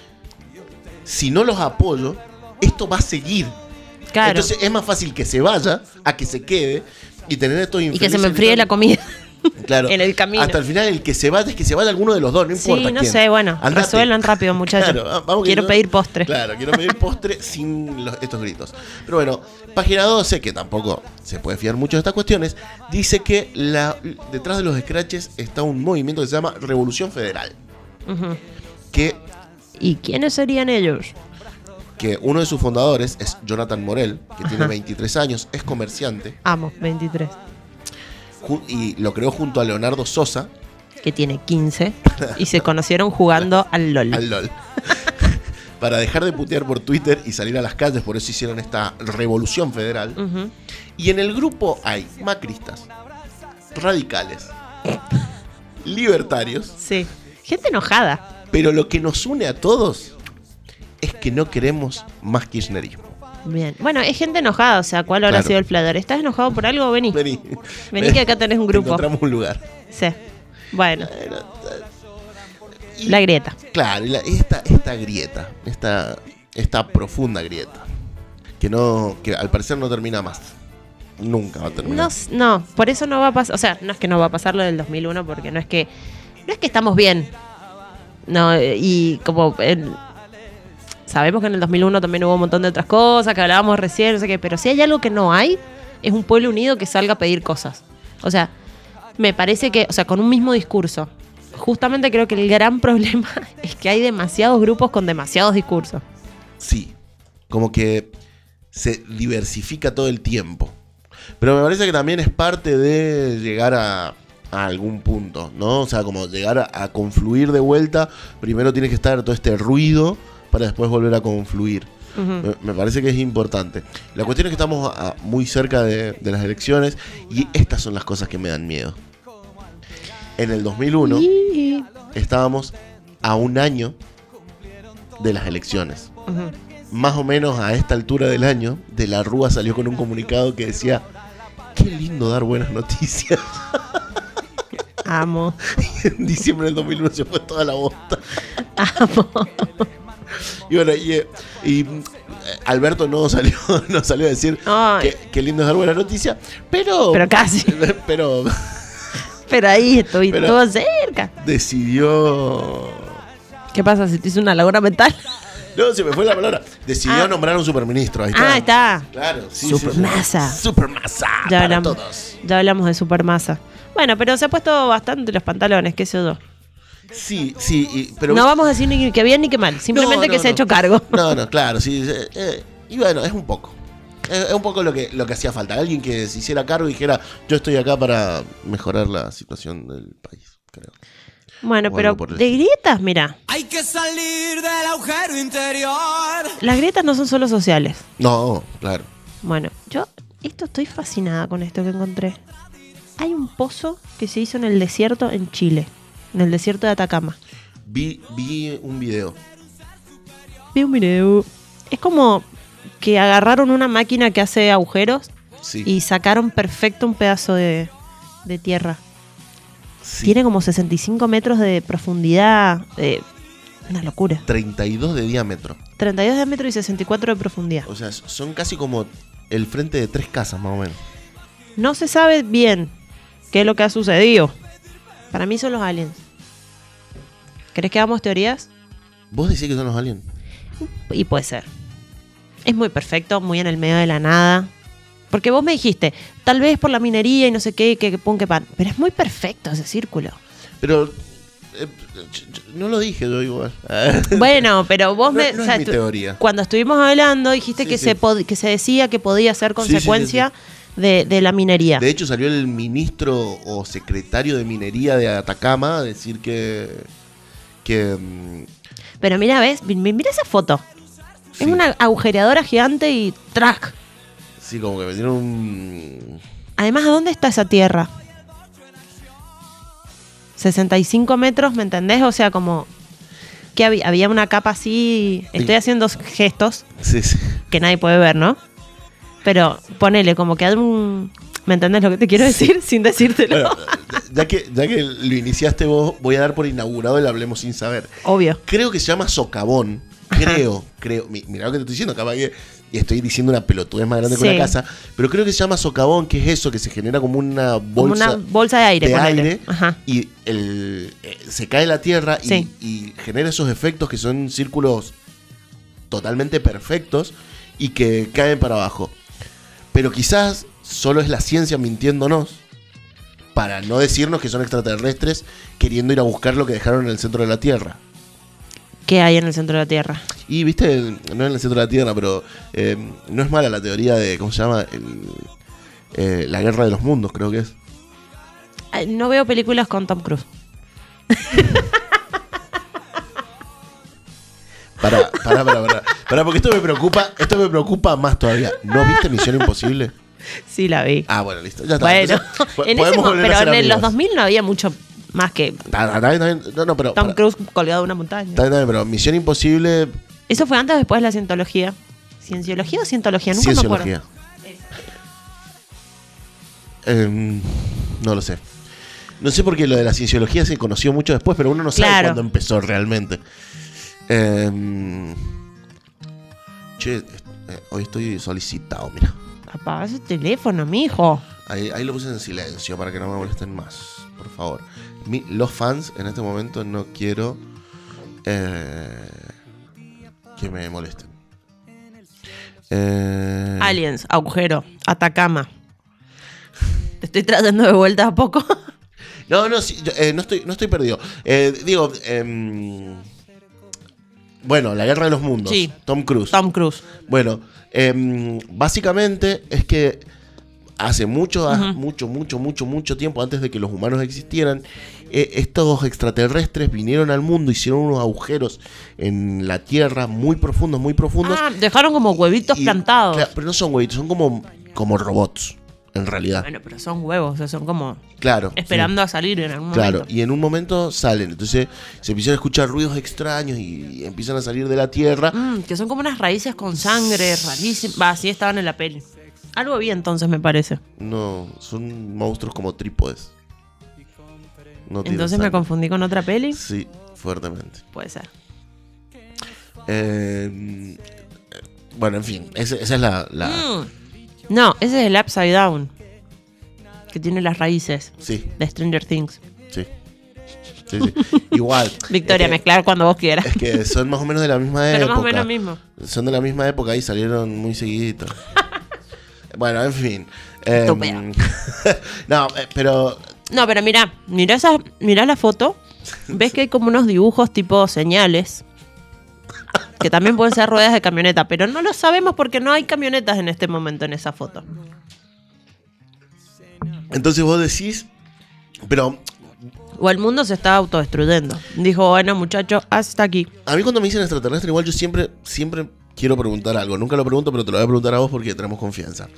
si no los apoyo, esto va a seguir.
Claro.
Entonces es más fácil que se vaya a que se quede y tener estos
y que se
infelices
me enfríe la
gritando.
comida.
Claro.
en el camino.
Hasta el final el que se vaya es que se vaya alguno de los dos, no importa
sí, no
quién.
sé, bueno,
Andate.
resuelvan rápido, muchachos.
Claro, ah, vamos que
Quiero
yo-
pedir postre.
Claro, quiero pedir postre sin los- estos gritos. Pero bueno, página 12, que tampoco se puede fiar mucho de estas cuestiones, dice que la, detrás de los scratches está un movimiento que se llama Revolución Federal.
Ujú.
Que,
¿Y quiénes serían ellos?
que uno de sus fundadores es Jonathan Morel, que tiene
Ajá.
23 años, es comerciante
Amo, 23.
ju- y lo creó junto a Leonardo Sosa,
Que tiene 15. Y se conocieron jugando al LOL.
al LOL. Para dejar de putear por Twitter y salir a las calles, por eso hicieron esta revolución federal.
Ujú.
Y en el grupo hay macristas, radicales, libertarios.
Sí. Gente enojada.
Pero lo que nos une a todos es que no queremos más kirchnerismo.
Bien. Bueno, es gente enojada, o sea, ¿cuál habrá
Claro.
sido el flador? ¿Estás enojado por algo? Vení.
Vení.
Vení que acá tenés un
Te
grupo.
Encontramos un lugar.
Sí. Bueno. La grieta.
Claro, y la- esta, esta grieta, esta, esta profunda grieta, que no, que al parecer no termina más. Nunca va a terminar.
No, s- no, por eso no va a pasar, o sea, no es que no va a pasar lo del 2001 porque no es que no es que estamos bien. No, eh, y como el- sabemos que en el 2001 también hubo un montón de otras cosas que hablábamos recién, no sé qué, pero si hay algo que no hay, es un pueblo unido que salga a pedir cosas. O sea, me parece que, o sea, con un mismo discurso. Justamente creo que el gran problema es que hay demasiados grupos con demasiados discursos.
Sí. Como que se diversifica todo el tiempo. Pero me parece que también es parte de llegar a, a algún punto, ¿no? O sea, como llegar a, a confluir de vuelta. Primero tiene que estar todo este ruido para después volver a confluir.
Ujú.
me, me parece que es importante. La cuestión es que estamos a- muy cerca de, de las elecciones y estas son las cosas que me dan miedo. En el 2001 estábamos a un año de las elecciones
Ujú.
más o menos a esta altura del año, De la Rúa salió con un comunicado que decía, qué lindo dar buenas noticias.
Amo.
en diciembre del 2001 se fue toda la bosta. Amo. Y bueno, y, eh, y, mm, eh, Alberto no salió, no salió a decir
Ay.
que, qué lindo es dar buenas noticias, pero...
Pero casi.
Pero
Pero ahí estoy
Pero-
todo cerca.
decidió...
¿Qué pasa si te hice una laguna mental?
No, se me fue la palabra. Decidió nombrar un superministro. Ahí está.
Ah, está.
Claro, sí, sí, sí.
Supermasa.
Supermasa
Ya
para
hablamos,
todos.
ya hablamos de supermasa. Bueno, pero se ha puesto bastante los pantalones, qué sé yo.
Sí, sí, y- pero...
no vamos a decir ni que bien ni que mal, simplemente
No,
que
no,
se ha
no.
hecho cargo.
No, no, claro, sí. eh, eh, y bueno, es un poco. Es, es un poco lo que, lo que hacía falta. Alguien que se hiciera cargo y dijera, yo estoy acá para mejorar la situación del país, creo.
Bueno,
O
pero
algo por el
de grietas, mira,
Hay que salir del agujero interior.
las grietas no son solo sociales.
No, claro.
Bueno, yo esto estoy fascinada con esto que encontré. Hay un pozo que se hizo en el desierto en Chile, en el desierto de Atacama.
Vi, vi un video.
Vi un video. Es como que agarraron una máquina que hace agujeros
Sí.
y sacaron perfecto un pedazo de, de tierra. Tiene como 65 metros de profundidad. eh, una locura.
32 de diámetro.
32 de metro y 64 de profundidad.
O sea, son casi como el frente de tres casas, más o menos.
No se sabe bien qué es lo que ha sucedido. Para mí son los aliens. ¿Crees que hagamos teorías?
Vos decís que son los aliens.
Y puede ser. Es muy perfecto, muy en el medio de la nada. Porque vos me dijiste, tal vez por la minería y no sé qué, que, que pon que pan. Pero es muy perfecto ese círculo.
Pero... eh, ch- ch- no lo dije yo igual.
Bueno, pero vos
No-
me.
no es mi
tú-
teoría.
Cuando estuvimos hablando, dijiste
Sí,
que,
sí.
Se pod- que se decía que podía ser
Sí, sí, sí,
consecuencia De, de la minería.
De hecho, salió el ministro o secretario de minería de Atacama a decir que. que. mm,
Pero mira, ves, Mi- mi- mira esa foto.
Sí.
Es una agujereadora gigante y track.
Sí, como que metieron un.
Además, ¿a dónde está esa tierra? 65 metros, ¿me entendés? O sea, como que había, había una capa así. Estoy haciendo gestos
Sí, sí.
que nadie puede ver, ¿no? Pero ponele, como que hay un. ¿Me entendés lo que te quiero decir? Sin decírtelo.
Bueno, ya que, ya que lo iniciaste vos, voy a dar por inaugurado el Hablemos Sin Saber.
Obvio.
Creo que se llama socavón. Creo, creo. Mi- Mirá lo que te estoy diciendo, capaz que y estoy diciendo una pelotudez más grande que
Sí.
una casa. Pero creo que se llama socavón, que es eso, que se genera como una
como
bolsa.
una bolsa de aire.
de
ponele.
aire
Ajá.
y el, eh, se cae la tierra y-
Sí.
y, genera esos efectos que son círculos totalmente perfectos y que caen para abajo. Pero quizás solo es la ciencia mintiéndonos para no decirnos que son extraterrestres queriendo ir a buscar lo que dejaron en el centro de la Tierra.
¿Qué hay en el centro de la Tierra?
Y viste, el- no en el centro de la Tierra, pero eh, no es mala la teoría de, ¿cómo se llama? El- eh, la guerra de los mundos, creo que es.
Ay, No veo películas con Tom Cruise.
Pará, pará, pará, pará. Pará, porque esto me preocupa, esto me preocupa más todavía. ¿No viste Misión Imposible?
Sí, la vi.
Ah, bueno, listo. Ya está.
Bueno,
Entonces, po-
en ese
podemos
mo-
volver
pero
a ser
en el- los
amigos.
2000 no había mucho más que
Ta- ta- ta- ta- No, no, pero.
Tom
pará.
Cruise colgado de una montaña.
Ta- ta- pero Misión Imposible,
Eso fue antes o después de la cientología. ¿Cienciología o cientología? Nunca me
cienciología.
acuerdo.
Em, no lo sé. No sé porque lo de la cienciología se conoció mucho después, pero uno no sabe
Claro.
cuándo empezó realmente. Em, che, eh, hoy estoy solicitado, mira.
Apagá ese teléfono, mijo.
Ahí, ahí lo puse en silencio para que no me molesten más, por favor. Mi- los fans en este momento no quiero eh, que me molesten. Eh,
Aliens, agujero, Atacama. Te estoy trayendo de vuelta a poco.
No, no, sí, yo, eh, no, estoy, no estoy perdido. Eh, digo, em, bueno, la guerra de los mundos.
Sí.
Tom Cruise.
Tom Cruise.
Bueno, em, básicamente es que hace mucho, a-
Ujú.
mucho, mucho, mucho, mucho tiempo antes de que los humanos existieran, eh, estos extraterrestres vinieron al mundo, hicieron unos agujeros en la Tierra muy profundos, muy profundos.
Ah, dejaron como huevitos
Y-
plantados.
Claro, pero no son huevitos, son como, como robots, en realidad.
Bueno, pero son huevos, o sea, son como
Claro.
esperando a salir en algún
Claro,
momento.
y en un momento salen. Entonces se empiezan a escuchar ruidos extraños y, y empiezan a salir de la tierra.
Mm, que son como unas raíces con sangre, rarísimas. Va, así estaban en la peli. Algo bien, entonces, me parece.
No, son monstruos como trípodes. No tienen
Entonces me
sangre.
confundí con otra peli.
Sí, fuertemente.
Puede ser.
Eh, bueno, en fin, ese- esa es la. la-
Mm. No, ese es el Upside Down. Que tiene las raíces.
Sí.
De Stranger Things.
Sí. Sí, sí. Igual.
Victoria,
es que-
mezclar cuando vos quieras.
Este, Es que son más o menos de la misma
Pero
época.
más o menos mismo.
Son de la misma época y salieron muy seguiditos. bueno, en fin. Em,
Estúpido.
no, eh, pero
No, pero mira, mira esa, mira la foto. Ves que hay como unos dibujos tipo señales. Que también pueden ser ruedas de camioneta, pero no lo sabemos porque no hay camionetas en este momento en esa foto.
entonces vos decís. Pero
O el mundo se está autodestruyendo. Dijo, bueno, muchacho, hasta aquí.
a mí cuando me dicen extraterrestre, igual yo siempre, siempre quiero preguntar algo. Nunca lo pregunto, pero te lo voy a preguntar a vos porque tenemos confianza.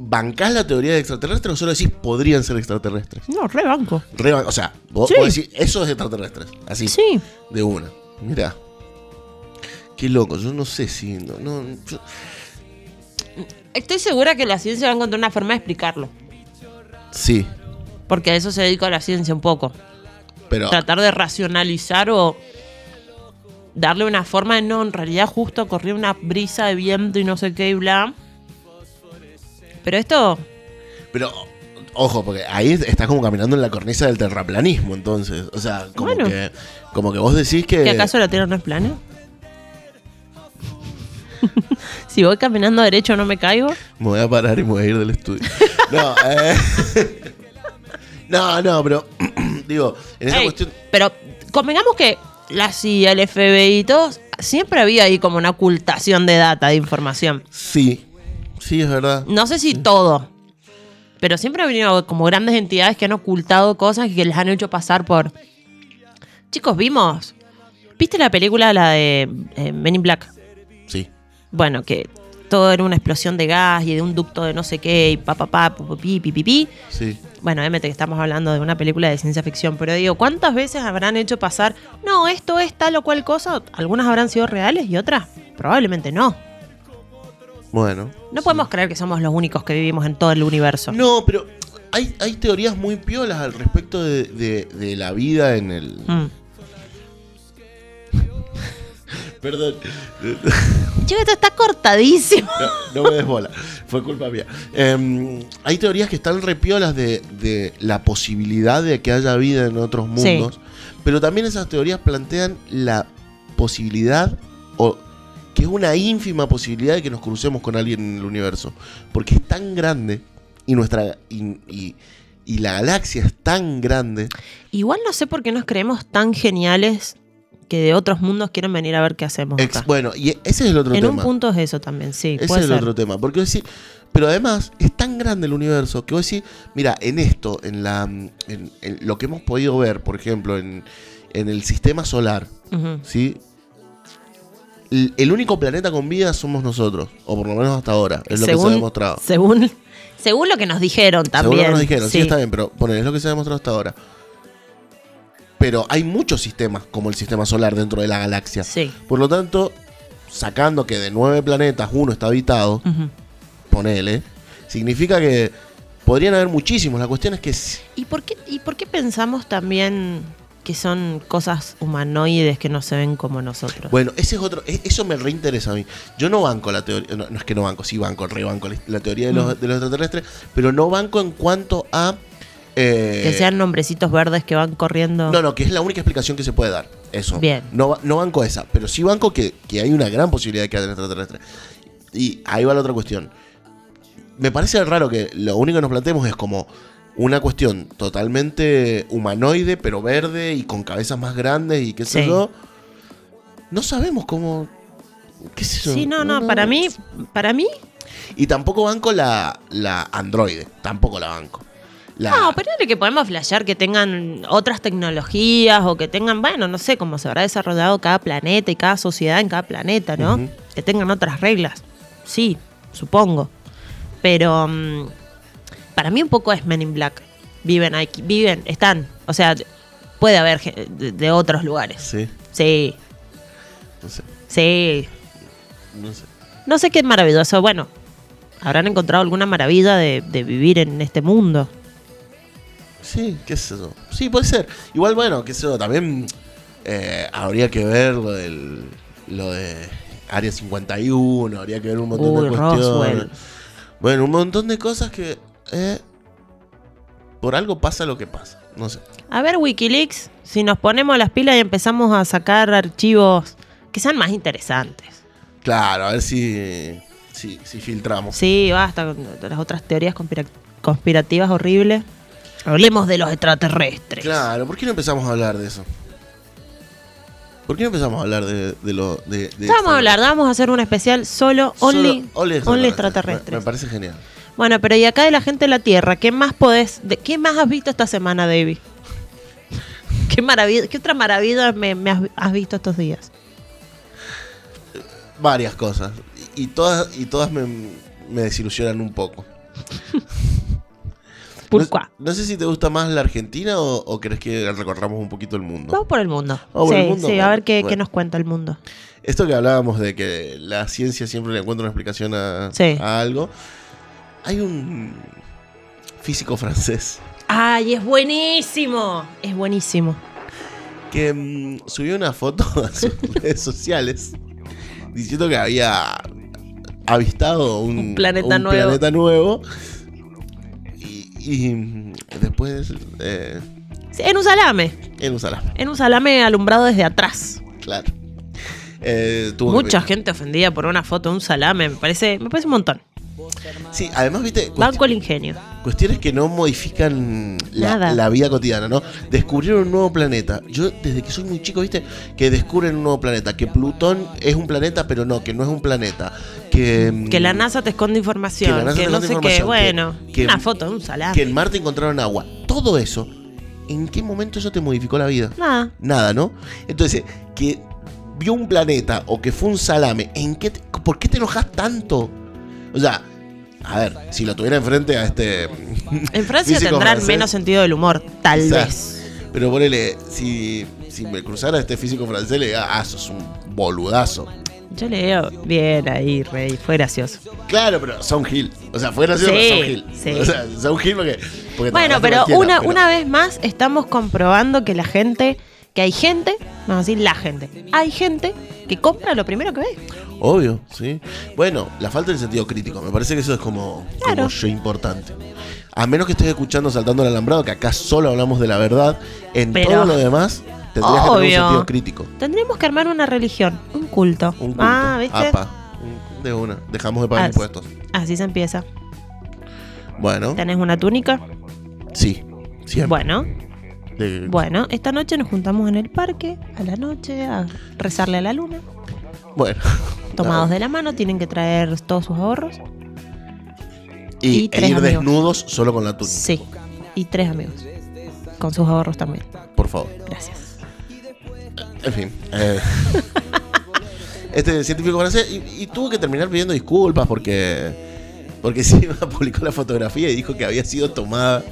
¿Bancás la teoría de extraterrestres o solo decís podrían ser extraterrestres?
No, rebanco.
Re- o sea, vos,
Sí.
vos decís, eso es extraterrestres. Así.
Sí.
De una. Mirá. Qué loco, yo no sé si. No, no, yo-
Estoy segura que la ciencia va a encontrar una forma de explicarlo.
sí,
Porque a eso se dedica la ciencia un poco.
pero.
Tratar de racionalizar o darle una forma de no, en realidad justo corría una brisa de viento y no sé qué y bla. Pero esto,
Pero, ojo, porque ahí estás como caminando en la cornisa del terraplanismo, entonces. O sea, como,
Bueno.
que, como que vos decís que.
¿que acaso la Tierra no es plana? si voy caminando derecho no me caigo.
Me voy a parar y me voy a ir del estudio. No, eh. no, no, pero. digo, en esa
Ey,
cuestión.
Pero convengamos que la CIA, el FBI y todos, siempre había ahí como una ocultación de data, de información.
Sí. Sí, es verdad.
No sé si todo. Pero siempre ha venido como grandes entidades que han ocultado cosas y que les han hecho pasar por. Chicos, vimos. ¿Viste la película, la de eh, Men in Black?
Sí.
Bueno, que todo era una explosión de gas y de un ducto de no sé qué y pa pa pa, pu, pu, pi, pi, pi, pi.
Sí.
Bueno, obviamente que estamos hablando de una película de ciencia ficción, pero digo, ¿cuántas veces habrán hecho pasar, no, esto es tal o cual cosa? Algunas habrán sido reales y otras probablemente no.
Bueno.
No podemos creer que somos los únicos que vivimos en todo el universo.
No, pero hay, hay teorías muy piolas al respecto de, de- de la vida en el.
Mm.
Perdón.
Chico, esto está cortadísimo.
No, no me des bola. Fue culpa mía. Em, hay teorías que están repiolas de, de la posibilidad de que haya vida en otros
Sí.
mundos. Pero también esas teorías plantean la posibilidad o que es una ínfima posibilidad de que nos crucemos con alguien en el universo. Porque es tan grande y nuestra. y- y- y la galaxia es tan grande.
Igual no sé por qué nos creemos tan geniales que de otros mundos quieren venir a ver qué hacemos.
Ex-
acá.
bueno, y e- ese es el otro
en
tema.
un punto es eso también, sí.
ese
puede
es el
ser.
otro tema. Porque vos decís- pero además es tan grande el universo que vos decís, mira, en esto, en la mm, en, en lo que hemos podido ver, por ejemplo, en, en el sistema solar,
Ujú.
¿sí? L- El único planeta con vida somos nosotros, o por lo menos hasta ahora, es lo que se ha demostrado.
Según, según lo que nos dijeron también.
Según lo que nos dijeron, sí.
sí.
está bien, pero poner es lo que se ha demostrado hasta ahora. Pero hay muchos sistemas, como el sistema solar, dentro de la galaxia.
Sí.
Por lo tanto, sacando que de nueve planetas uno está habitado,
Ujú.
ponele, significa que podrían haber muchísimos. La cuestión es que s-
¿Y, por qué, ¿Y por qué pensamos también que son cosas humanoides que no se ven como nosotros?
Bueno, ese es otro. e- Eso me reinteresa a mí. Yo no banco la teoría. No, no es que no banco, sí banco, rebanco la, la teoría de los,
Mm.
de los extraterrestres, pero no banco en cuanto a Eh,
Que sean nombrecitos verdes que van corriendo.
No, no, que es la única explicación que se puede dar. Eso.
Bien.
No, ba- no banco esa, pero sí banco que, que hay una gran posibilidad de que haya extraterrestre. Y ahí va la otra cuestión. Me parece raro que lo único que nos planteemos es como una cuestión totalmente humanoide, pero verde y con cabezas más grandes y qué sé
Sí.
yo. No sabemos cómo. ¿Qué sé yo?
Sí, no, no, para mí, para mí,
Y tampoco banco la, la androide. Tampoco la banco. La-
no, pero es que podemos flashear que tengan otras tecnologías o que tengan, bueno, no sé cómo se habrá desarrollado cada planeta y cada sociedad en cada planeta, ¿no?
Ujú.
Que tengan otras reglas. Sí, supongo. Pero mm, para mí un poco es Men in Black. Viven aquí, viven, están. O sea, puede haber ge- de, de otros lugares.
Sí.
Sí,
No sé.
sí.
No sé.
No sé qué maravilloso. Bueno, habrán encontrado alguna maravilla de, de vivir en este mundo.
Sí, qué sé yo. Sí, puede ser. Igual, bueno, qué sé yo, también eh, habría que ver lo, del, lo de Área 51, habría que ver un montón de
Uy,
cuestiones.
Roswell.
Bueno, un montón de cosas que eh, por algo pasa lo que pasa. No sé.
A ver, Wikileaks, si nos ponemos las pilas y empezamos a sacar archivos que sean más interesantes.
Claro, a ver si, si, si filtramos.
Sí, basta con las otras teorías conspira- conspirativas horribles. Hablemos de los extraterrestres.
Claro, ¿por qué no empezamos a hablar de eso? ¿Por qué no empezamos a hablar de, de lo de, de
Ya Vamos a hablar, vamos a hacer un especial solo,
Solo-
only, only extraterrestres.
Me, me parece genial.
Bueno, pero y acá de la gente de la Tierra, ¿qué más podés, de- qué más has visto esta semana, David? ¿Qué maravilla, qué otra maravilla me, me has, has visto estos días?
varias cosas. Y, y todas, y todas me, me desilusionan un poco.
¿Por
no, no sé si te gusta más la Argentina o, o crees que recorramos un poquito el mundo.
Vamos por el mundo.
Vamos
sí,
por el mundo,
sí, a
bueno,
ver qué, qué
bueno.
nos cuenta el mundo.
Esto que hablábamos de que la ciencia siempre le encuentra una explicación a,
Sí.
a algo. Hay un físico francés
¡Ay, es buenísimo! Es buenísimo.
que mm, subió una foto a sus redes sociales diciendo que había avistado un,
Un planeta
un
nuevo.
planeta nuevo. Y, y, mm, después eh,
En un salame.
en un salame,
En un salame alumbrado desde atrás.
claro. Eh, tuvo que-
Mucha gente ofendida por una foto de un salame. Me parece, me parece un montón.
Sí, además, viste, cuest-
Banco el ingenio.
cuestiones que no modifican la,
Nada.
la vida cotidiana, ¿no? Descubrieron un nuevo planeta. Yo, desde que soy muy chico, viste, que descubren un nuevo planeta. Que Plutón es un planeta, pero no, que no es un planeta. Que, mm,
Que la NASA te esconde información.
que
Que,
la NASA te
no
esconde
sé qué.
información,
Bueno,
que- que-
una foto de un salame.
que en Marte encontraron agua. Todo eso, ¿en qué momento eso te modificó la vida?
Nada.
Nada, ¿no? Entonces, que vio un planeta o que fue un salame, ¿en qué te- ¿por qué te enojas tanto? O sea, a ver, si lo tuviera enfrente a este.
En Francia
físico
tendrán
francés,
menos sentido del humor, tal
quizás.
vez.
Pero ponele, si, si me cruzara este físico francés, le diga, ah, sos un boludazo.
Yo le veo bien ahí, Rey. Fue gracioso.
Claro, pero son Hill. O sea, fue gracioso, pero
Sí,
son Hill.
sí.
O sea, son Hill porque. porque
Bueno,
trabajaste
pero
cualquiera,
una,
pero-
una vez más estamos comprobando que la gente, que hay gente, vamos a decir la gente, hay gente que compra lo primero que ve.
Obvio, sí. Bueno, la falta del sentido crítico. Me parece que eso es como,
Claro.
como yo importante. A menos que estés escuchando Saltando el Alambrado, que acá solo hablamos de la verdad, en
Pero-
todo lo demás tendrías que tener
Obvio.
un sentido crítico.
Tendríamos que armar una religión, un culto.
Un culto.
Ah, ¿viste?
Apa. De una. Dejamos de pagar
As-
impuestos.
Así se empieza.
Bueno,
¿Tenés una túnica?
sí. Siempre.
Bueno,
De-
bueno, esta noche nos juntamos en el parque, a la noche, a rezarle a la luna.
bueno.
Tomados de la mano, tienen que traer todos sus ahorros.
Y,
y
e
tres
ir
amigos.
desnudos solo con la tuya.
Sí. Y tres amigos. Con sus ahorros también.
Por favor.
Gracias.
En fin. eh, este científico francés y, y tuvo que terminar pidiendo disculpas porque porque encima publicó la fotografía y dijo que había sido tomada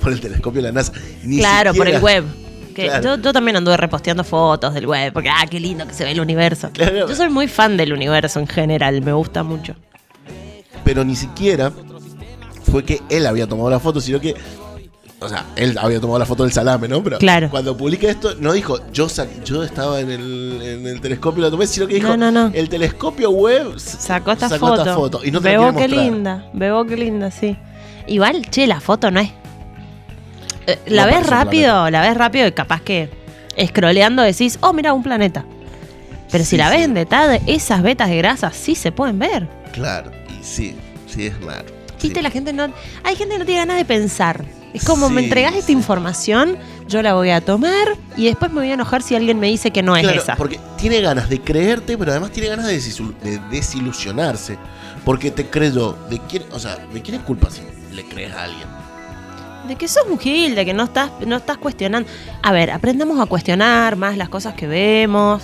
por el telescopio de la NASA. Ni
claro, por el
siquiera-
web. Que
Claro.
yo, yo también anduve reposteando fotos del web, porque, ah, qué lindo que se ve el universo.
Claro.
Yo soy muy fan del universo en general, me gusta mucho.
Pero ni siquiera fue que él había tomado la foto, sino que o sea, él había tomado la foto del salame, ¿no? Pero
Claro.
cuando publica esto, no dijo, yo sa- yo estaba en el, en el telescopio y la tomé, sino que
No,
dijo,
no, no.
el telescopio web
Sacó esta
Sacó
foto.
esta foto y no te la
Bebo,
quiere
qué
mostrar.
linda. Bebo, qué linda, sí. Igual, che, la foto no es. eh, la
No
ves
parece un
rápido, la ves rápido y capaz que scrolleando decís, oh, mira, un planeta. Pero si
Sí,
la ves
sí.
en detalle, esas vetas de grasa sí se pueden ver.
Claro, y sí, sí es raro.
Viste, la gente no. Hay gente que no tiene ganas de pensar. Es como, me
Sí,
entregás esta información, yo la voy a tomar y después me voy a enojar si alguien me dice que no
Claro,
es esa.
Porque tiene ganas de creerte, pero además tiene ganas de, desilu- de desilusionarse. Porque te creyó. ¿De quién, o sea, ¿de quién es culpa si le crees a alguien?
De que sos un gil, de que no estás, no estás cuestionando. A ver, aprendamos a cuestionar más las cosas que vemos,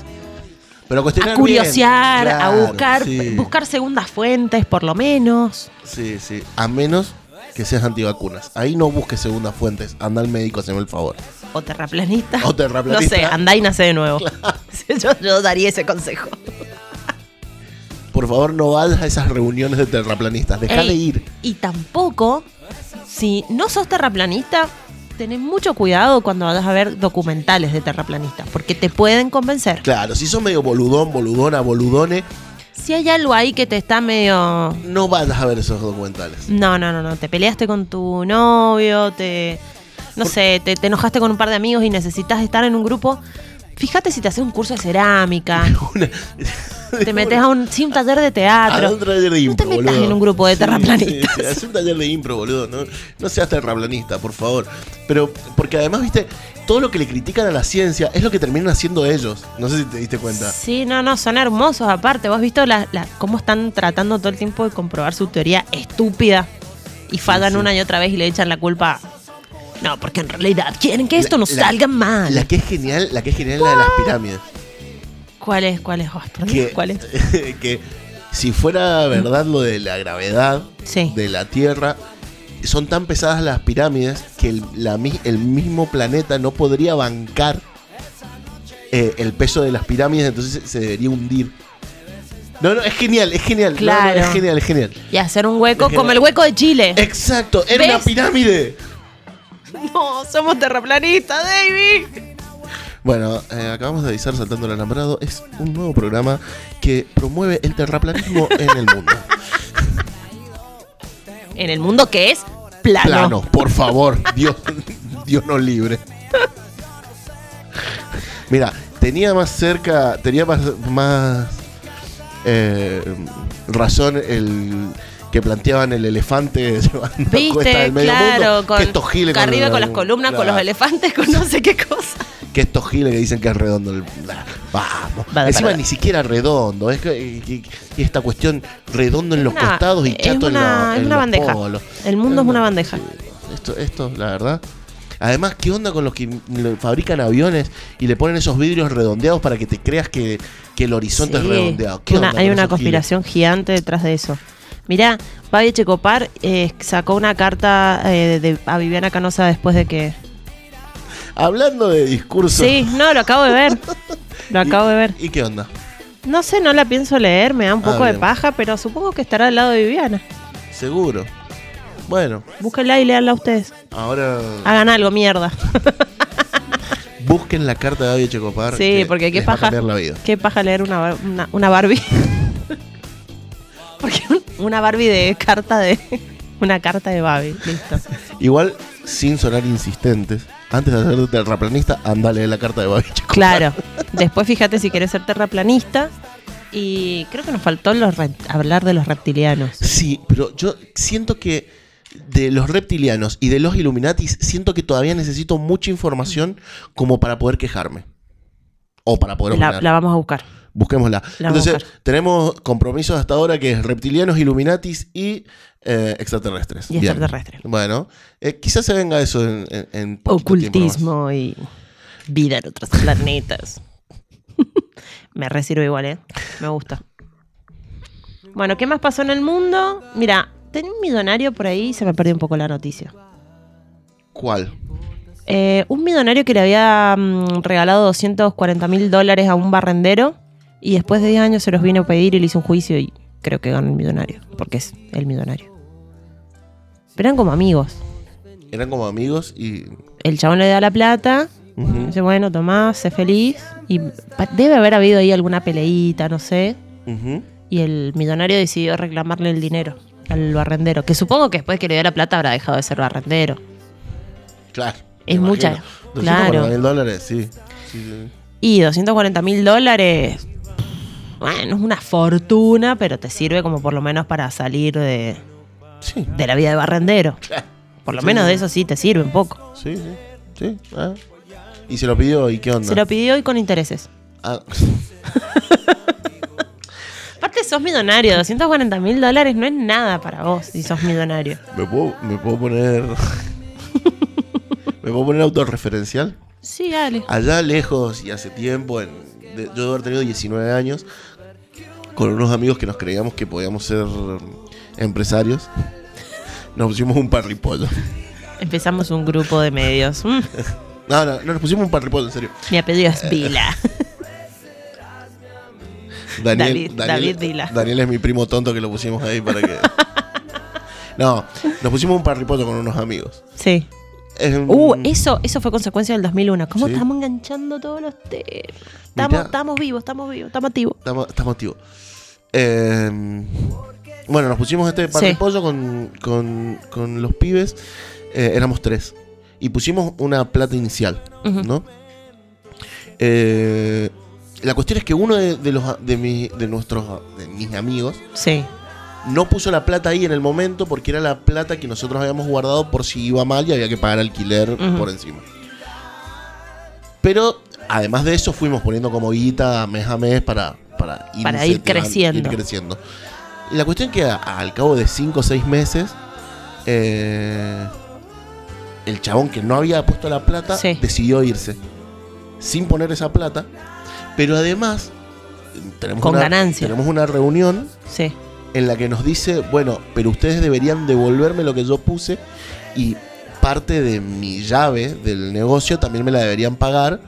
Pero cuestionar
a curiosear,
bien,
a
claro,
buscar,
sí.
buscar segundas fuentes, por lo menos.
Sí, sí. A menos que seas antivacunas. Ahí no busques segundas fuentes. Anda al médico, hazme el favor.
O terraplanista.
O terraplanista.
No sé, andá y nace de nuevo. yo, yo daría ese consejo.
Por favor, no vayas a esas reuniones de terraplanistas. Deja de
Ey,
ir.
Y tampoco, si no sos terraplanista, tenés mucho cuidado cuando vayas a ver documentales de terraplanistas, porque te pueden convencer.
Claro, si sos medio boludón, boludona, boludone,
Si hay algo ahí que te está medio...
no vayas a ver esos documentales.
No, no, no, no. Te peleaste con tu novio, te... No sé, te, te enojaste con un par de amigos y necesitas estar en un grupo. Fíjate si te haces un curso de cerámica. te metes a un, sí, un taller de
Haz
teatro.
un taller de impro,
te metas
boludo.
en un grupo de terraplanistas.
Sí, sí, haz un taller de impro, boludo. No, no seas terraplanista, por favor. Pero, porque además, viste, todo lo que le critican a la ciencia es lo que terminan haciendo ellos. No sé si te diste cuenta.
Sí, no, no, son hermosos aparte. ¿Vos has visto la, la- cómo están tratando todo el tiempo de comprobar su teoría estúpida? Y fallan
sí.
una y otra vez y le echan la culpa. No, porque en realidad quieren que esto
La-
no
la-
salga mal.
La que es genial, la que es genial es la de las pirámides.
¿Cuál es? ¿Cuál es? Ay, por Dios,
que,
¿Cuál es?
que si fuera verdad lo de la gravedad de la Tierra, son tan pesadas las pirámides que el, la mi- el mismo planeta no podría bancar eh, el peso de las pirámides, entonces se debería hundir. No, no, es genial, es genial. no, no,
Claro.
es genial, es genial.
Y hacer un hueco
Es que-
como el hueco de Chile.
Exacto, era una
¿Ves?
pirámide.
No, somos terraplanistas, David.
Bueno, eh, acabamos de avisar Saltando el Alambrado. Es un nuevo programa que promueve el terraplanismo en el mundo.
En el mundo que es plano.
Plano, por favor. Dios, Dios nos libre. Mira, tenía más cerca, tenía más, más eh, razón el que planteaban el elefante llevando cuesta
¿Viste?
del medio
Claro,
mundo.
con,
que estos giles
con arriba con las columnas, con los
claro,
elefantes, con no sé qué cosa.
Que estos giles que dicen que es redondo. el- la- vamos. Encima
vale.
ni siquiera redondo. Es que, y- y- y esta cuestión redondo en los
Una-
costados y
es
chato en
una-
los-
es
en
una
los
bandeja.
polos. eh,
El mundo es una bandeja.
Esto, esto, la verdad. Además, ¿qué onda con los que lo- fabrican aviones y le ponen esos vidrios redondeados para que te creas que, que el horizonte
Sí.
es redondeado? ¿Qué
Una-
onda
hay
con
una
esos
conspiración gigante detrás de eso. Mirá, Babi Checopar eh, sacó una carta eh, de, a Viviana Canosa después de que...
giles? Hablando de discurso.
Sí, no, lo acabo de ver. Lo acabo de ver.
¿Y qué onda?
No sé, no la pienso leer, me da un
Ah,
poco de
bien.
paja, pero supongo que estará al lado de Viviana.
Seguro. Bueno,
Búsquenla y léanla ustedes.
ahora
Hagan algo, mierda.
busquen la carta de David Checopar.
sí,
que
porque qué
les va a
paja.
cambiar la vida.
Qué paja leer una, bar- una, una Barbie. porque un- una Barbie de carta de... Una carta de Babi, listo.
Igual, sin sonar insistentes, antes de hacerte terraplanista, andale la carta de Babi Checopar.
Claro. Después fíjate si quieres ser terraplanista. Y creo que nos faltó los re- hablar de los reptilianos.
Sí, pero yo siento que de los reptilianos y de los Illuminatis, siento que todavía necesito mucha información como para poder quejarme. O para poder
La,
opinar.
la vamos a buscar.
Busquémosla.
la vamos a
Entonces, tenemos compromisos hasta ahora que es reptilianos, Illuminatis y eh, extraterrestres.
Y
Bien.
extraterrestres.
Bueno, eh, quizás se venga eso en, en- en poquito tiempo nomás.
Ocultismo y vida en otros planetas. Me resirvo igual, ¿eh? Me gusta. Bueno, ¿qué más pasó en el mundo? Mira, tenía un millonario por ahí y se me perdió un poco la noticia.
¿Cuál?
Eh, un millonario que le había mm, regalado 240 mil dólares a un barrendero y después de 10 años se los vino a pedir y le hizo un juicio y creo que ganó el millonario, porque es el millonario. Pero eran como amigos.
Eran como amigos y.
El chabón le da la plata,
Ujú.
dice, bueno, Tomás, sé feliz. Y pa- debe haber habido ahí alguna peleita, no sé.
Ujú.
Y el millonario decidió reclamarle el dinero al barrendero, que supongo que después que le dio la plata habrá dejado de ser barrendero.
Claro.
Es mucha. Claro.
mil dólares, sí. Sí, sí.
Y 240 mil dólares, bueno, es una fortuna, pero te sirve como por lo menos para salir de, de la vida de barrendero. Por lo
Sí,
menos
sí.
de eso sí te sirve un poco.
Sí, sí. Sí, ah. ¿Y se lo pidió y qué onda?
Se lo pidió y con intereses.
Ah,
Aparte sos millonario, 240 mil dólares no es nada para vos si sos millonario.
¿me, puedo, me puedo poner. ¿Me puedo poner autorreferencial?
Sí, dale.
Allá lejos y hace tiempo, en- de- yo debo haber tenido 19 años, con unos amigos que nos creíamos que podíamos ser mm, empresarios, nos pusimos un parripollo.
Empezamos un grupo de medios. Mm,
No, no, no, nos pusimos un parripollo, en serio.
mi apellido es Vila. David-
Daniel,
David
Daniel,
Vila.
Daniel es mi primo tonto que lo pusimos ahí para que. No, nos pusimos un parripollo con unos amigos.
Sí.
Em,
Uh, eso, eso fue consecuencia del 2001. ¿Cómo
Sí.
estamos enganchando todos los temas?
Mirá.
Estamos, estamos vivos, estamos vivos, estamos activos.
Estamos, estamos activos. Eh, bueno, nos pusimos este pan de
Sí.
pollo con, con- con los pibes. eh, éramos tres. Y pusimos una plata inicial,
Ujú.
¿no? Eh, la cuestión es que uno de, de los, de, mi- de nuestros de mis amigos
Sí.
no puso la plata ahí en el momento porque era la plata que nosotros habíamos guardado por si iba mal y había que pagar alquiler
Ujú.
por encima. Pero además de eso fuimos poniendo como guita mes a mes para, para,
Para ir
incentivando-
creciendo.
ir creciendo. Y la cuestión es que a- al cabo de 5 o 6 meses, eh, el chabón que no había puesto la plata
Sí.
decidió irse. Sin poner esa plata. Pero además, tenemos,
Con
una,
ganancia.
tenemos una reunión
Sí.
en la que nos dice, bueno, pero ustedes deberían devolverme lo que yo puse y parte de mi llave del negocio también me la deberían pagar.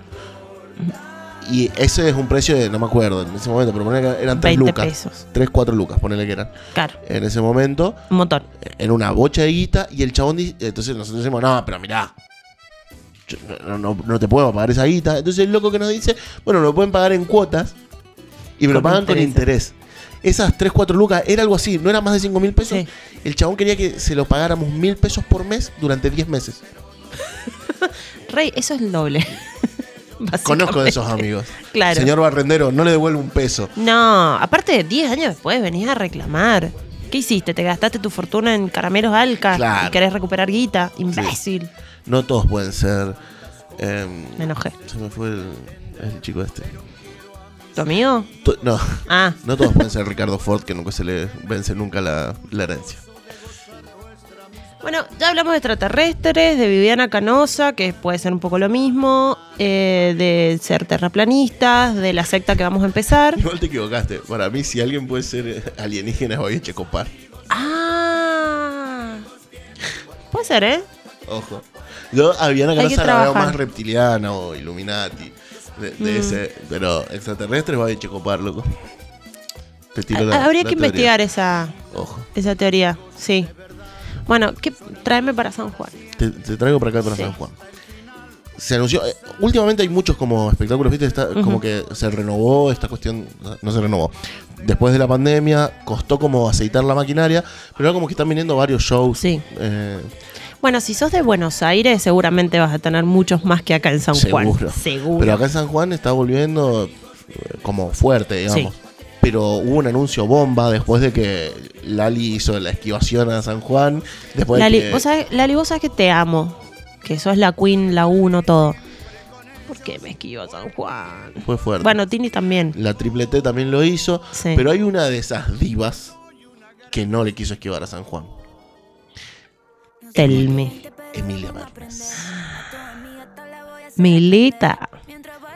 Y ese es un precio de, no me acuerdo en ese momento, pero ponele que eran 3
20
lucas.
pesos.
3, 4 lucas, ponele que eran.
Claro.
En ese momento,
Un montón.
era una bocha de guita y el chabón dice, entonces nosotros decimos, no, pero mirá, yo no, no- no te puedo pagar esa guita. Entonces el loco que nos dice, bueno, me lo pueden pagar en cuotas y me lo
Con
pagan con interés. Esas 3, 4 lucas, era algo así, no era más de 5 mil pesos. El chabón quería que se lo pagáramos mil pesos por mes durante 10 meses.
Rey, eso es el doble.
Conozco de
Básicamente.
esos amigos.
Claro.
Señor barrendero, no le devuelvo un peso.
No, aparte, 10 años después venís a reclamar. ¿Qué hiciste? ¿Te gastaste tu fortuna en caramelos alca
Claro.
y querés recuperar guita? Imbécil.
No todos pueden ser. em,
Me enojé.
Se me fue el, el chico este.
¿Tu amigo?
To- no.
Ah.
No todos pueden ser Ricardo Ford, que nunca se le vence nunca la, la herencia.
Bueno, ya hablamos de extraterrestres, de Viviana Canosa, que puede ser un poco lo mismo, eh, de ser terraplanistas, de la secta que vamos a empezar.
Igual te equivocaste. Para mí, si alguien puede ser eh, alienígena, voy a Checopar.
Ah. Puede ser, ¿eh?
Ojo. Yo a Viviana
Hay que
Canosa la veo
trabajar.
más reptiliana o Illuminati. De, de
Mm.
ese. Pero extraterrestres, voy a Checopar, loco. Te tiro la-
Habría
la
que
teoría.
investigar esa,
Ojo.
esa teoría, sí. Bueno, ¿qué, tráeme para San Juan.
Te, te traigo para acá para
Sí.
San Juan. Se anunció. eh, últimamente hay muchos como espectáculos, ¿viste? Está,
Ujú.
Como que se renovó esta cuestión. no- No se renovó. Después de la pandemia, costó como aceitar la maquinaria. Pero ahora como que están viniendo varios shows. eh,
Bueno, si sos de Buenos Aires, seguramente vas a tener muchos más que acá en San
seguro.
Juan. Seguro.
Pero acá en San Juan está volviendo eh, como fuerte, digamos.
Sí.
Pero hubo un anuncio bomba después de que Lali hizo la esquivación a San Juan. Después de
Lali,
que-
vos sabés- Lali, vos sabés que te amo. Que sos la queen, la uno, todo. ¿Por qué me esquivo a San Juan?
fue fuerte.
Bueno, Tini también.
La triple T también lo hizo.
Sí.
Pero hay una de esas divas que no le quiso esquivar a San Juan.
Telme.
Emilia Mernes.
Milita.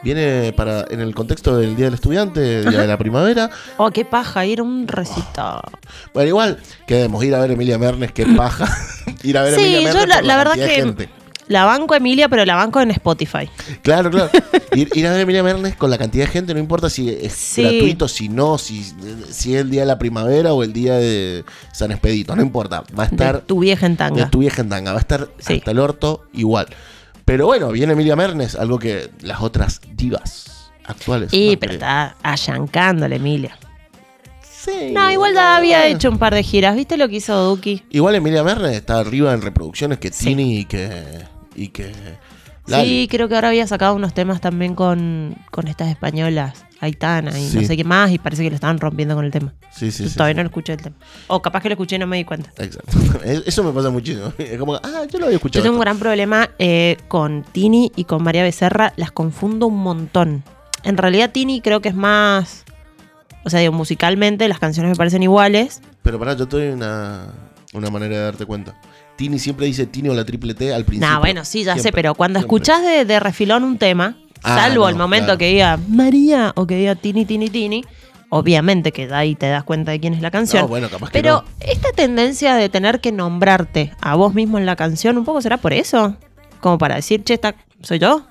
Viene para en el contexto del Día del Estudiante, Día
Ajá.
de la Primavera.
Oh, qué paja, ir a un recitado.
Bueno, igual queremos ir a ver a Emilia Mernes, qué paja. ir a ver a
Sí,
Emilia Mernes.
yo la,
por
la verdad
cantidad de
que
gente.
la banco a Emilia, pero la banco en Spotify.
Claro, claro. Ir, ir a ver a Emilia Mernes con la cantidad de gente, no importa si es
Sí.
gratuito, si no, si, si es el día de la primavera o el día de San Expedito, no importa. Va a
De
estar
tu vieja en tanga.
de tu vieja en tanga. Va a estar hasta el orto igual. Pero bueno, viene Emilia Mernes, algo que las otras divas actuales.
Y,
no
pero
creen.
está allancándole, Emilia.
Sí.
No, igual ya había hecho un par de giras. ¿Viste lo que hizo Duki?
Igual Emilia Mernes está arriba en reproducciones que Tini y que. y que.
Sí, creo que ahora había sacado unos temas también con, con estas españolas, Aitana y no
Sí.
sé qué más, y parece que lo estaban rompiendo con el tema.
Sí, sí,
Yo
sí,
Todavía
sí.
no lo escuché el tema. O capaz que lo escuché y no me di cuenta.
Exacto. Eso me pasa muchísimo. Es como, ah, yo lo había
Yo
escuchado.
tengo un gran problema eh, con Tini y con María Becerra, las confundo un montón. En realidad Tini creo que es más, o sea, digo, musicalmente las canciones me parecen iguales.
Pero pará, yo tengo una, una manera de darte cuenta. Tini siempre dice Tini o la triple T al principio.
Nah, bueno, sí, ya sé,
Siempre,
pero cuando
siempre.
escuchás de, de refilón un tema,
Ah,
salvo
no,
el momento
claro.
que diga María o que diga Tini, Tini, Tini, obviamente que de ahí te das cuenta de quién es la canción.
No, bueno, capaz que
pero
no.
esta tendencia de tener que nombrarte a vos mismo en la canción, ¿un poco será por eso? Como para decir, che, esta soy yo.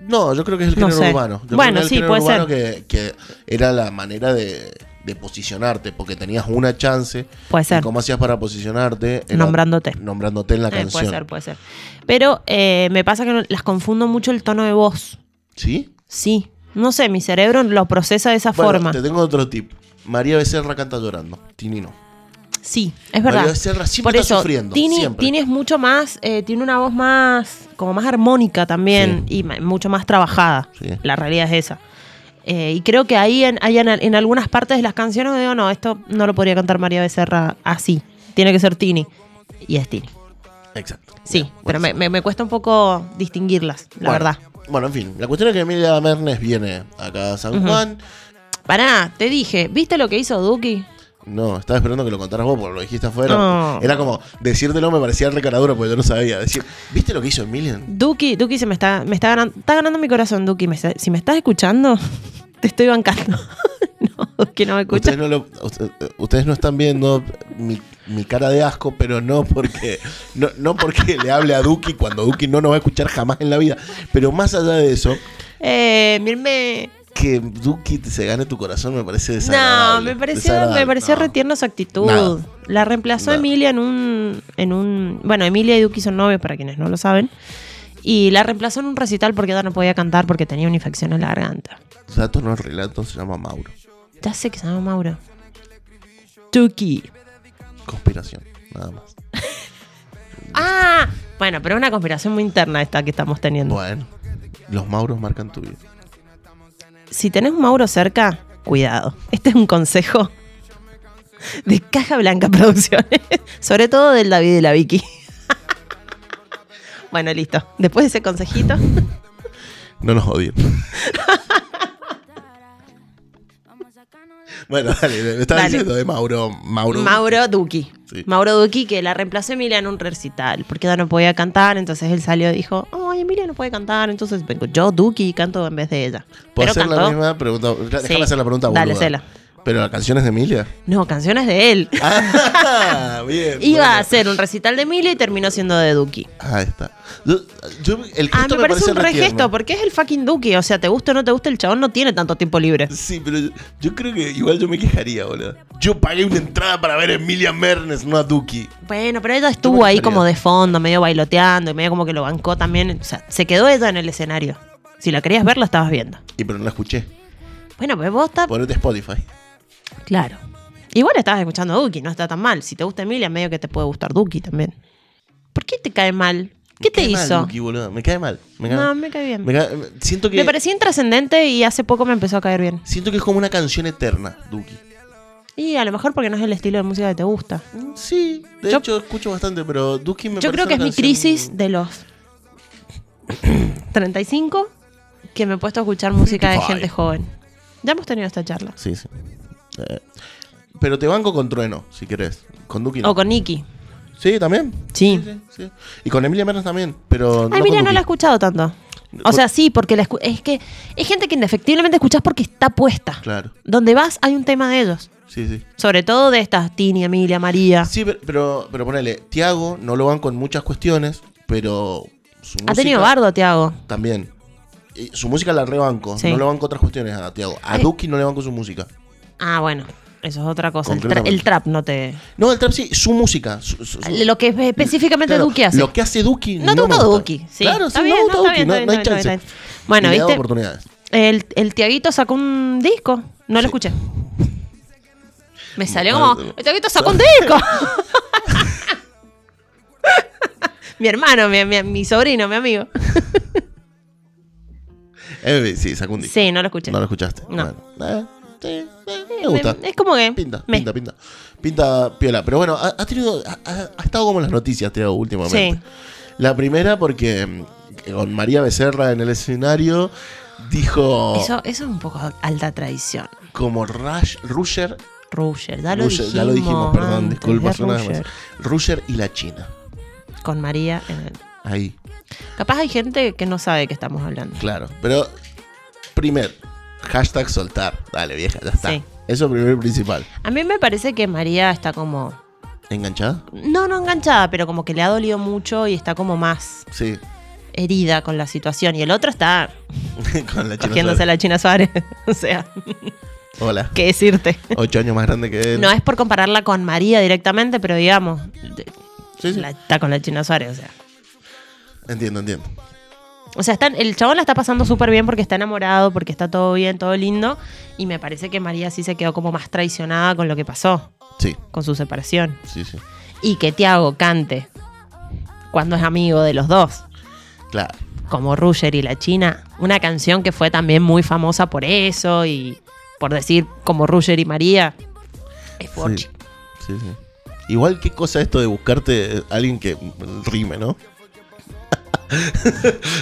No, yo creo que es el
No
género
sé.
urbano. Yo creo
Bueno,
que es el
sí,
género
puede
urbano
ser.
Que, que era la manera de, de posicionarte, porque tenías una chance.
Puede ser.
Y cómo hacías para posicionarte. Era
Nombrándote.
Nombrándote en la
Eh,
canción.
puede ser, puede ser. Pero eh, me pasa que no- las confundo mucho el tono de voz.
¿Sí?
Sí. No sé, mi cerebro lo procesa de esa
Bueno,
forma.
te tengo otro tip. María Becerra canta llorando. Tini no.
Sí, es
María
verdad.
Becerra siempre
Por
está
eso,
sufriendo,
Tini,
siempre.
Tini es mucho más, eh, tiene una voz más, como más armónica también y ma- mucho más trabajada.
Sí.
La realidad es esa. Eh, y creo que ahí en, hay en, en algunas partes de las canciones digo, no, esto no lo podría cantar María Becerra así. Tiene que ser Tini. Y es Tini.
Exacto.
Sí, pero me, me- me cuesta un poco distinguirlas, la
Bueno,
verdad.
Bueno, en fin. La cuestión es que Emilia Mernes viene acá a San
Ujú.
Juan.
Pará, te dije, ¿viste lo que hizo Duki?
No, estaba esperando que lo contaras vos, porque lo dijiste afuera.
No.
Era como, decírtelo me parecía recaradura, porque yo no sabía. Decir, ¿viste lo que hizo Emilian?
Duki, Duki se me está, me está ganando, está ganando mi corazón, Duki. Me está- si me estás escuchando, te estoy bancando. no, que no me escuchas.
Ustedes no, lo- ust- ustedes no están viendo mi, mi cara de asco, pero no porque no, no porque le hable a Duki cuando Duki no nos va a escuchar jamás en la vida. Pero más allá de eso,
Eh, mirme.
que Duki se gane tu corazón me parece
No,
desagradable.
me pareció,
Desagradable.
me pareció
No.
re tierna su actitud.
Nada.
La reemplazó
Nada.
Emilia en un, en un. Bueno, Emilia y Duki son novios, para quienes no lo saben. Y la reemplazó en un recital porque ella no podía cantar porque tenía una infección en la garganta.
Dato no relato, se llama Mauro.
Ya sé que se llama Mauro. Duki.
Conspiración, nada más.
Ah, bueno, pero es una conspiración muy interna esta que estamos teniendo.
Bueno. Los Mauros marcan tu vida.
Si tenés un Mauro cerca, cuidado. Este es un consejo de Caja Blanca Producciones. Sobre todo del David y la Vicky. Bueno, listo. Después de ese consejito.
No nos odien. bueno, dale, me estaba
Dale.
diciendo de Mauro. Mauro.
Mauro Duki.
Sí.
Mauro Duki que la reemplazó Emilia en un recital, porque ella no podía cantar, entonces él salió y dijo, ay, Emilia no puede cantar, entonces vengo yo Duki y canto en vez de ella. Pero
¿Puedo hacer la
cantó.
misma pregunta? Déjame
Sí.
hacer la pregunta
Dale,
boluda.
hacela.
Pero la canción es de Emilia.
No, canciones de él.
Ah, bien.
Iba
bueno. Ah,
a hacer un recital de Emilia y terminó siendo de Duki.
Ahí está. Yo- yo- el gesto
Ah, me, parece, un
re
regesto,
tierno.
porque es el fucking Duki. O sea, te gusta o no te gusta, el chabón no tiene tanto tiempo libre.
Sí, pero yo, yo creo que igual yo me quejaría, boludo. Yo pagué una entrada para ver a Emilia Mernes, no a Duki.
Bueno, pero ella estuvo ahí como de fondo, medio bailoteando y medio como que lo bancó también. O sea, se quedó ella en el escenario. Si la querías ver, la estabas viendo.
Y pero no la escuché.
Bueno, pues vos estás.
Ponete Spotify.
Claro. Igual estabas escuchando a Duki, no está tan mal. Si te gusta Emilia, medio que te puede gustar Duki también. ¿Por qué te cae mal? ¿Qué te
Me cae mal
hizo?
Duki, boludo. Me cae mal. Me cae
no,
mal.
me cae bien.
Me cae- siento que
Me parecía intrascendente y hace poco me empezó a caer bien.
siento que es como una canción eterna, Duki.
Y a lo mejor porque no es el estilo de música que te gusta.
Sí, De
Mm. Yo-
hecho, escucho bastante, pero Duki me
Yo
parece
creo que es
una
mi
canción-
crisis de los 35 que me he puesto a escuchar música de
35.
gente joven. Ya hemos tenido esta charla.
Sí, sí. Eh, pero te banco con Trueno, si querés. Con Duki no.
O con Nicky.
Sí, también.
Sí.
sí. Y con Emilia Mernes también, pero
Ay,
no
mira,
con
no
Duki.
la he escuchado tanto. O
Por-
sea, sí, porque la escu- es que es gente que indefectiblemente escuchás porque está puesta.
Claro,
Donde vas hay un tema de ellos.
sí, sí.
Sobre todo de estas, Tini, Emilia, María.
Sí, pero, pero, pero ponele, Tiago no lo banco en muchas cuestiones, pero su música...
ha tenido bardo, Tiago.
También. Y su música la rebanco,
Sí.
no lo banco otras cuestiones a Tiago. A
Eh.
Duki no le banco su música.
Ah, bueno, eso es otra cosa. El, tra-
Concretamente.
el trap no te.
No, el trap sí, su música. su- su- su-
Lo que específicamente
Claro,
Duki hace.
Lo que hace Duki
No te
me
gusta
gusta.
Duki, sí.
Claro,
Está
sí,
bien,
no me gusta
no, está
Duki,
bien,
no,
está
no hay
bien, está bien,
chance.
está bien. Bueno,
Y le he dado
¿viste?
oportunidades.
El, el Tiaguito sacó un disco. No lo escuché. Me salió
Bueno,
como. El Tiaguito sacó un disco. mi hermano, mi, mi- mi sobrino, mi amigo.
Eh, sí, sacó un disco.
Sí, no lo escuché.
No lo escuchaste.
No.
Bueno, eh, me gusta.
Es como que.
Pinta, pinta, pinta. Pinta piola. Pero bueno, ha, ha tenido, ha, ha- ha estado como en las noticias, Teo, últimamente.
Sí.
La primera porque mm, con María Becerra en el escenario dijo
Eso, eso es un poco alta tradición.
como Rush, Rusher.
Rusher, ya lo
Rusher, ya lo dijimos,
dijimos
perdón,
antes,
disculpa,
era
suena demasiado.
Rusher.
Rusher y la China.
Con María. en el-
Ahí,
Capaz hay gente que no sabe de qué estamos hablando.
claro. Pero, primer, hashtag soltar. Dale, vieja, ya está.
Sí.
Eso primero y principal.
A mí me parece que María está como.
¿Enganchada?
No, no enganchada, pero como que le ha dolido mucho y está como más
Sí.
herida con la situación. Y el otro está
con la China.
cogiéndose a la China Suárez. o sea,
Suárez. Hola.
¿qué decirte?
Ocho años más grande que él.
No es por compararla con María directamente, pero digamos. de-
sí.
la- está con la China Suárez, o sea.
Entiendo, entiendo.
O sea, están- el chabón la está pasando súper bien porque está enamorado, porque está todo bien, todo lindo. Y me parece que María sí se quedó como más traicionada con lo que pasó,
Sí,
con su separación.
sí, sí.
Y que Tiago cante cuando es amigo de los dos,
Claro.
como Ruger y la China. Una canción que fue también muy famosa por eso y por decir como Ruger y María. Es
Sí, sí, sí. Igual qué cosa esto de buscarte eh, alguien que rime, ¿no?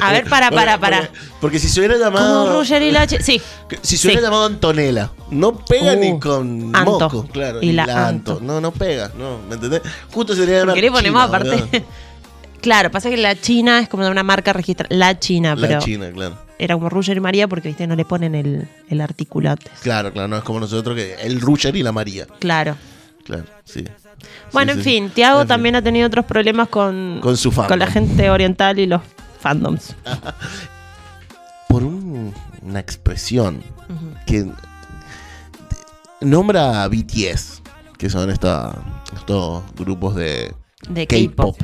A ver, para, para,
Porque-
para.
Porque, porque si se hubiera
Como
llamado.
Ruger y la China. Sí.
Si se hubiera
Sí.
llamado Antonella, no pega
Uh,
ni con
Anto.
Moco, claro.
Y
ni
la
Anto. No, no pega, no, ¿me entendés? Justo sería
Porque
llamar
le ponemos
China,
aparte.
boludo.
Claro, pasa que la China es como de una marca registrada. La China,
La
Ah, pero.
China, claro.
Era como Ruger y María porque, viste, no le ponen el, el articulante.
Claro, claro, no es como nosotros que el Rucher y la María.
Claro.
Claro, sí.
Bueno,
Sí,
en
sí.
fin, Tiago
En fin.
también ha tenido otros problemas con,
Con su fandom.
con la gente oriental y los fandoms.
Por un- una expresión
Ujú.
que nombra a BTS, que son esta- estos grupos de,
De K-pop.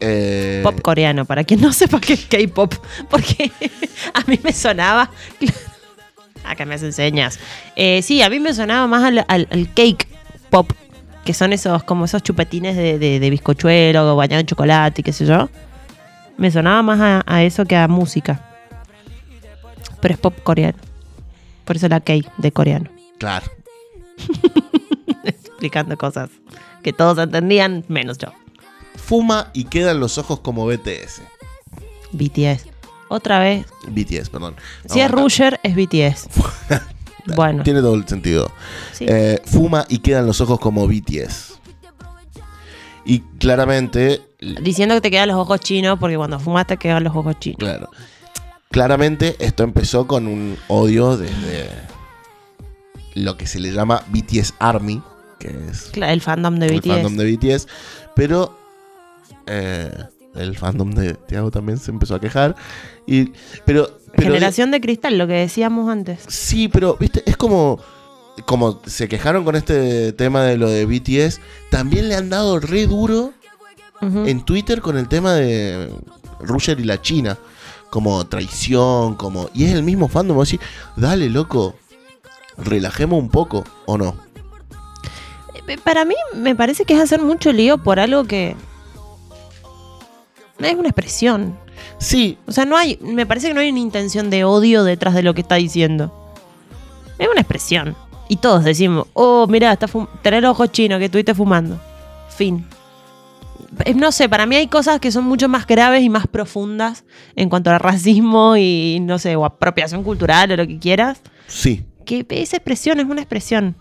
Eh,
Pop coreano, para quien no sepa qué es K-pop, porque a mí me sonaba. Acá me hacen señas. Eh, sí, a mí me sonaba más al, al- al cake pop, que son esos como esos chupetines de, de, de bizcochuelo, bañado en chocolate y qué sé yo. Me sonaba más a, a eso que a música. Pero es pop coreano. Por eso la cake de coreano.
Claro.
Explicando cosas que todos entendían, menos yo.
Fuma y quedan los ojos como BTS.
BTS. Otra vez.
BTS, perdón.
Si es
Aguanta.
Rusher, es BTS. bueno.
Tiene todo el sentido.
Sí.
Eh, fuma y quedan los ojos como BTS. Y claramente,
Diciendo que te quedan los ojos chinos, porque cuando fumas te quedan los ojos chinos.
claro, claramente esto empezó con un odio desde lo que se le llama BTS Army, que es
Cla- El fandom de
el
BTS.
fandom de BTS, pero eh, el fandom de Tiago también se empezó a quejar. Y, pero, pero
Generación de cristal, lo que decíamos antes.
Sí, pero, viste, es como. Como se quejaron con este tema de lo de BTS, también le han dado re duro
Ujú.
en Twitter con el tema de Ruger y la China. Como traición, como. Y es el mismo fandom. Vos decís, dale, loco, relajemos un poco, ¿o no?
Eh, Para mí, me parece que es hacer mucho lío por algo que. Es una expresión.
Sí.
O sea, no hay. Me parece que no hay una intención de odio detrás de lo que está diciendo. Es una expresión. Y todos decimos, oh, mira, está fum- tenés los ojos chinos que estuviste fumando. Fin. Eh, No sé, para mí hay cosas que son mucho más graves y más profundas en cuanto al racismo y, no sé, o apropiación cultural o lo que quieras.
Sí.
Que esa expresión es una expresión.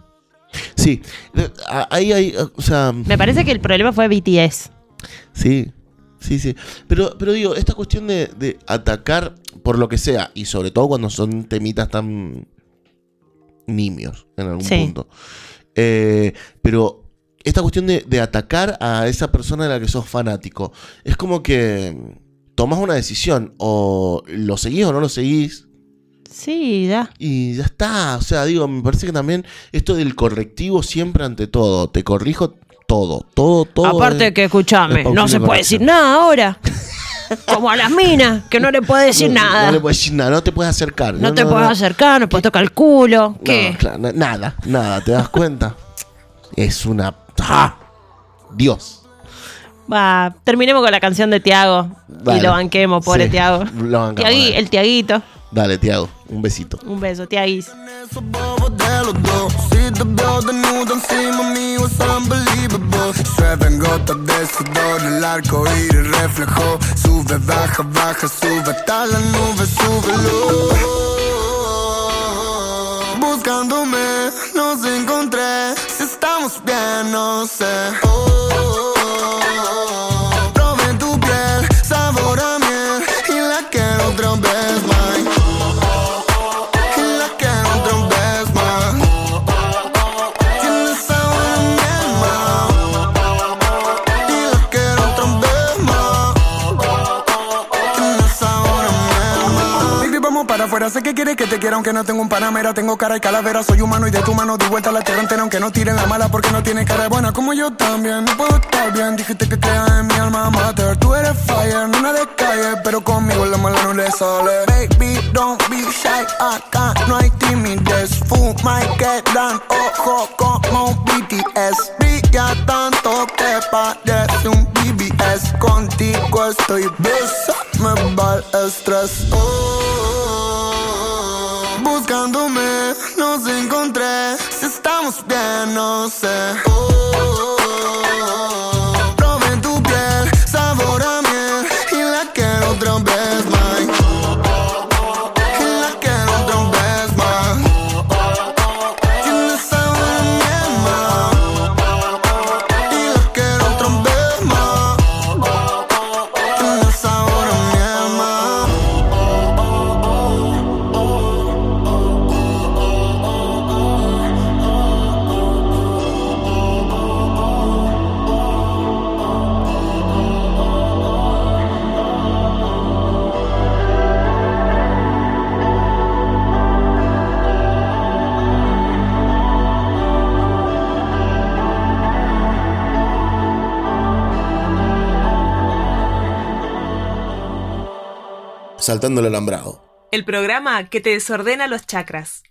Sí. Eh, a- Ahí hay. eh, O sea.
Me parece que el problema fue BTS.
Sí, sí, sí. Pero, pero digo, esta cuestión de, de atacar por lo que sea, y sobre todo cuando son temitas tan nimios en algún
Sí.
punto. Eh, pero esta cuestión de, de atacar a esa persona de la que sos fanático, es como que tomás una decisión, o lo seguís o no lo seguís.
Sí, ya.
Y ya está, o sea, digo, me parece que también esto del correctivo siempre ante todo, te corrijo todo, todo, todo. eh.
Aparte
es-
que, escúchame,
es Paulina
no se puede
Corrección.
decir nada ahora. Como a las minas, que no le puede decir
No,
nada.
No
No,
le puedes decir nada, no te puedes acercar.
te puedes acercar, no puedes tocar el culo. ¿Qué?
No, claro, na- nada, nada, ¿te das cuenta? es una. ¡Ah! Dios.
Va, terminemos con la canción de Tiago
Dale.
y lo banquemos, pobre
Sí,
Tiago.
lo bancamos,
Tiagui-
dale.
el Tiaguito.
Dale, Tiago, un besito.
Un beso, Tiaguis.
de los dos. Si te veo desnudo encima mío es unbelievable. Llueven gotas de sudor, el arco iris reflejó. Sube, baja, baja, sube hasta la nube, súbelo. Buscándome, nos encontré. Si estamos bien, no sé. Probé tu piel, sabor a miel y la quiero otra vez más. Y la quiero otra vez más. Tiene sabor a miel más. Y la quiero otra vez más. Tiene sabor a miel más.
Baby, vamos para afuera, sé que quieres que te quiera aunque no tengo un panamera, tengo cara de calavera, soy humano y de tu mano di vuelta a la tierra entera aunque no tiren la mala porque no tiene cara de buena como yo también, no puedo estar bien, dijiste que creas en mi alma mater, tú eres fire, no de calle, pero conmigo la mala no le sale.
Baby, don't be shy, acá no hay timidez. Fuma y quedan ojo como un BTS. Brilla tanto que parece un BBS. Contigo estoy besa, me va el estrés. Oh, buscándome, nos encontré. Si estamos bien, no sé. Oh, probé tu piel, sabor a miel y la quiero otra vez más. Y la quiero otra vez más. Tiene sabor a miel más. Y la quiero otra vez más. Tiene sabor a miel más.
Saltando el alambrado.
El programa que te desordena los chakras.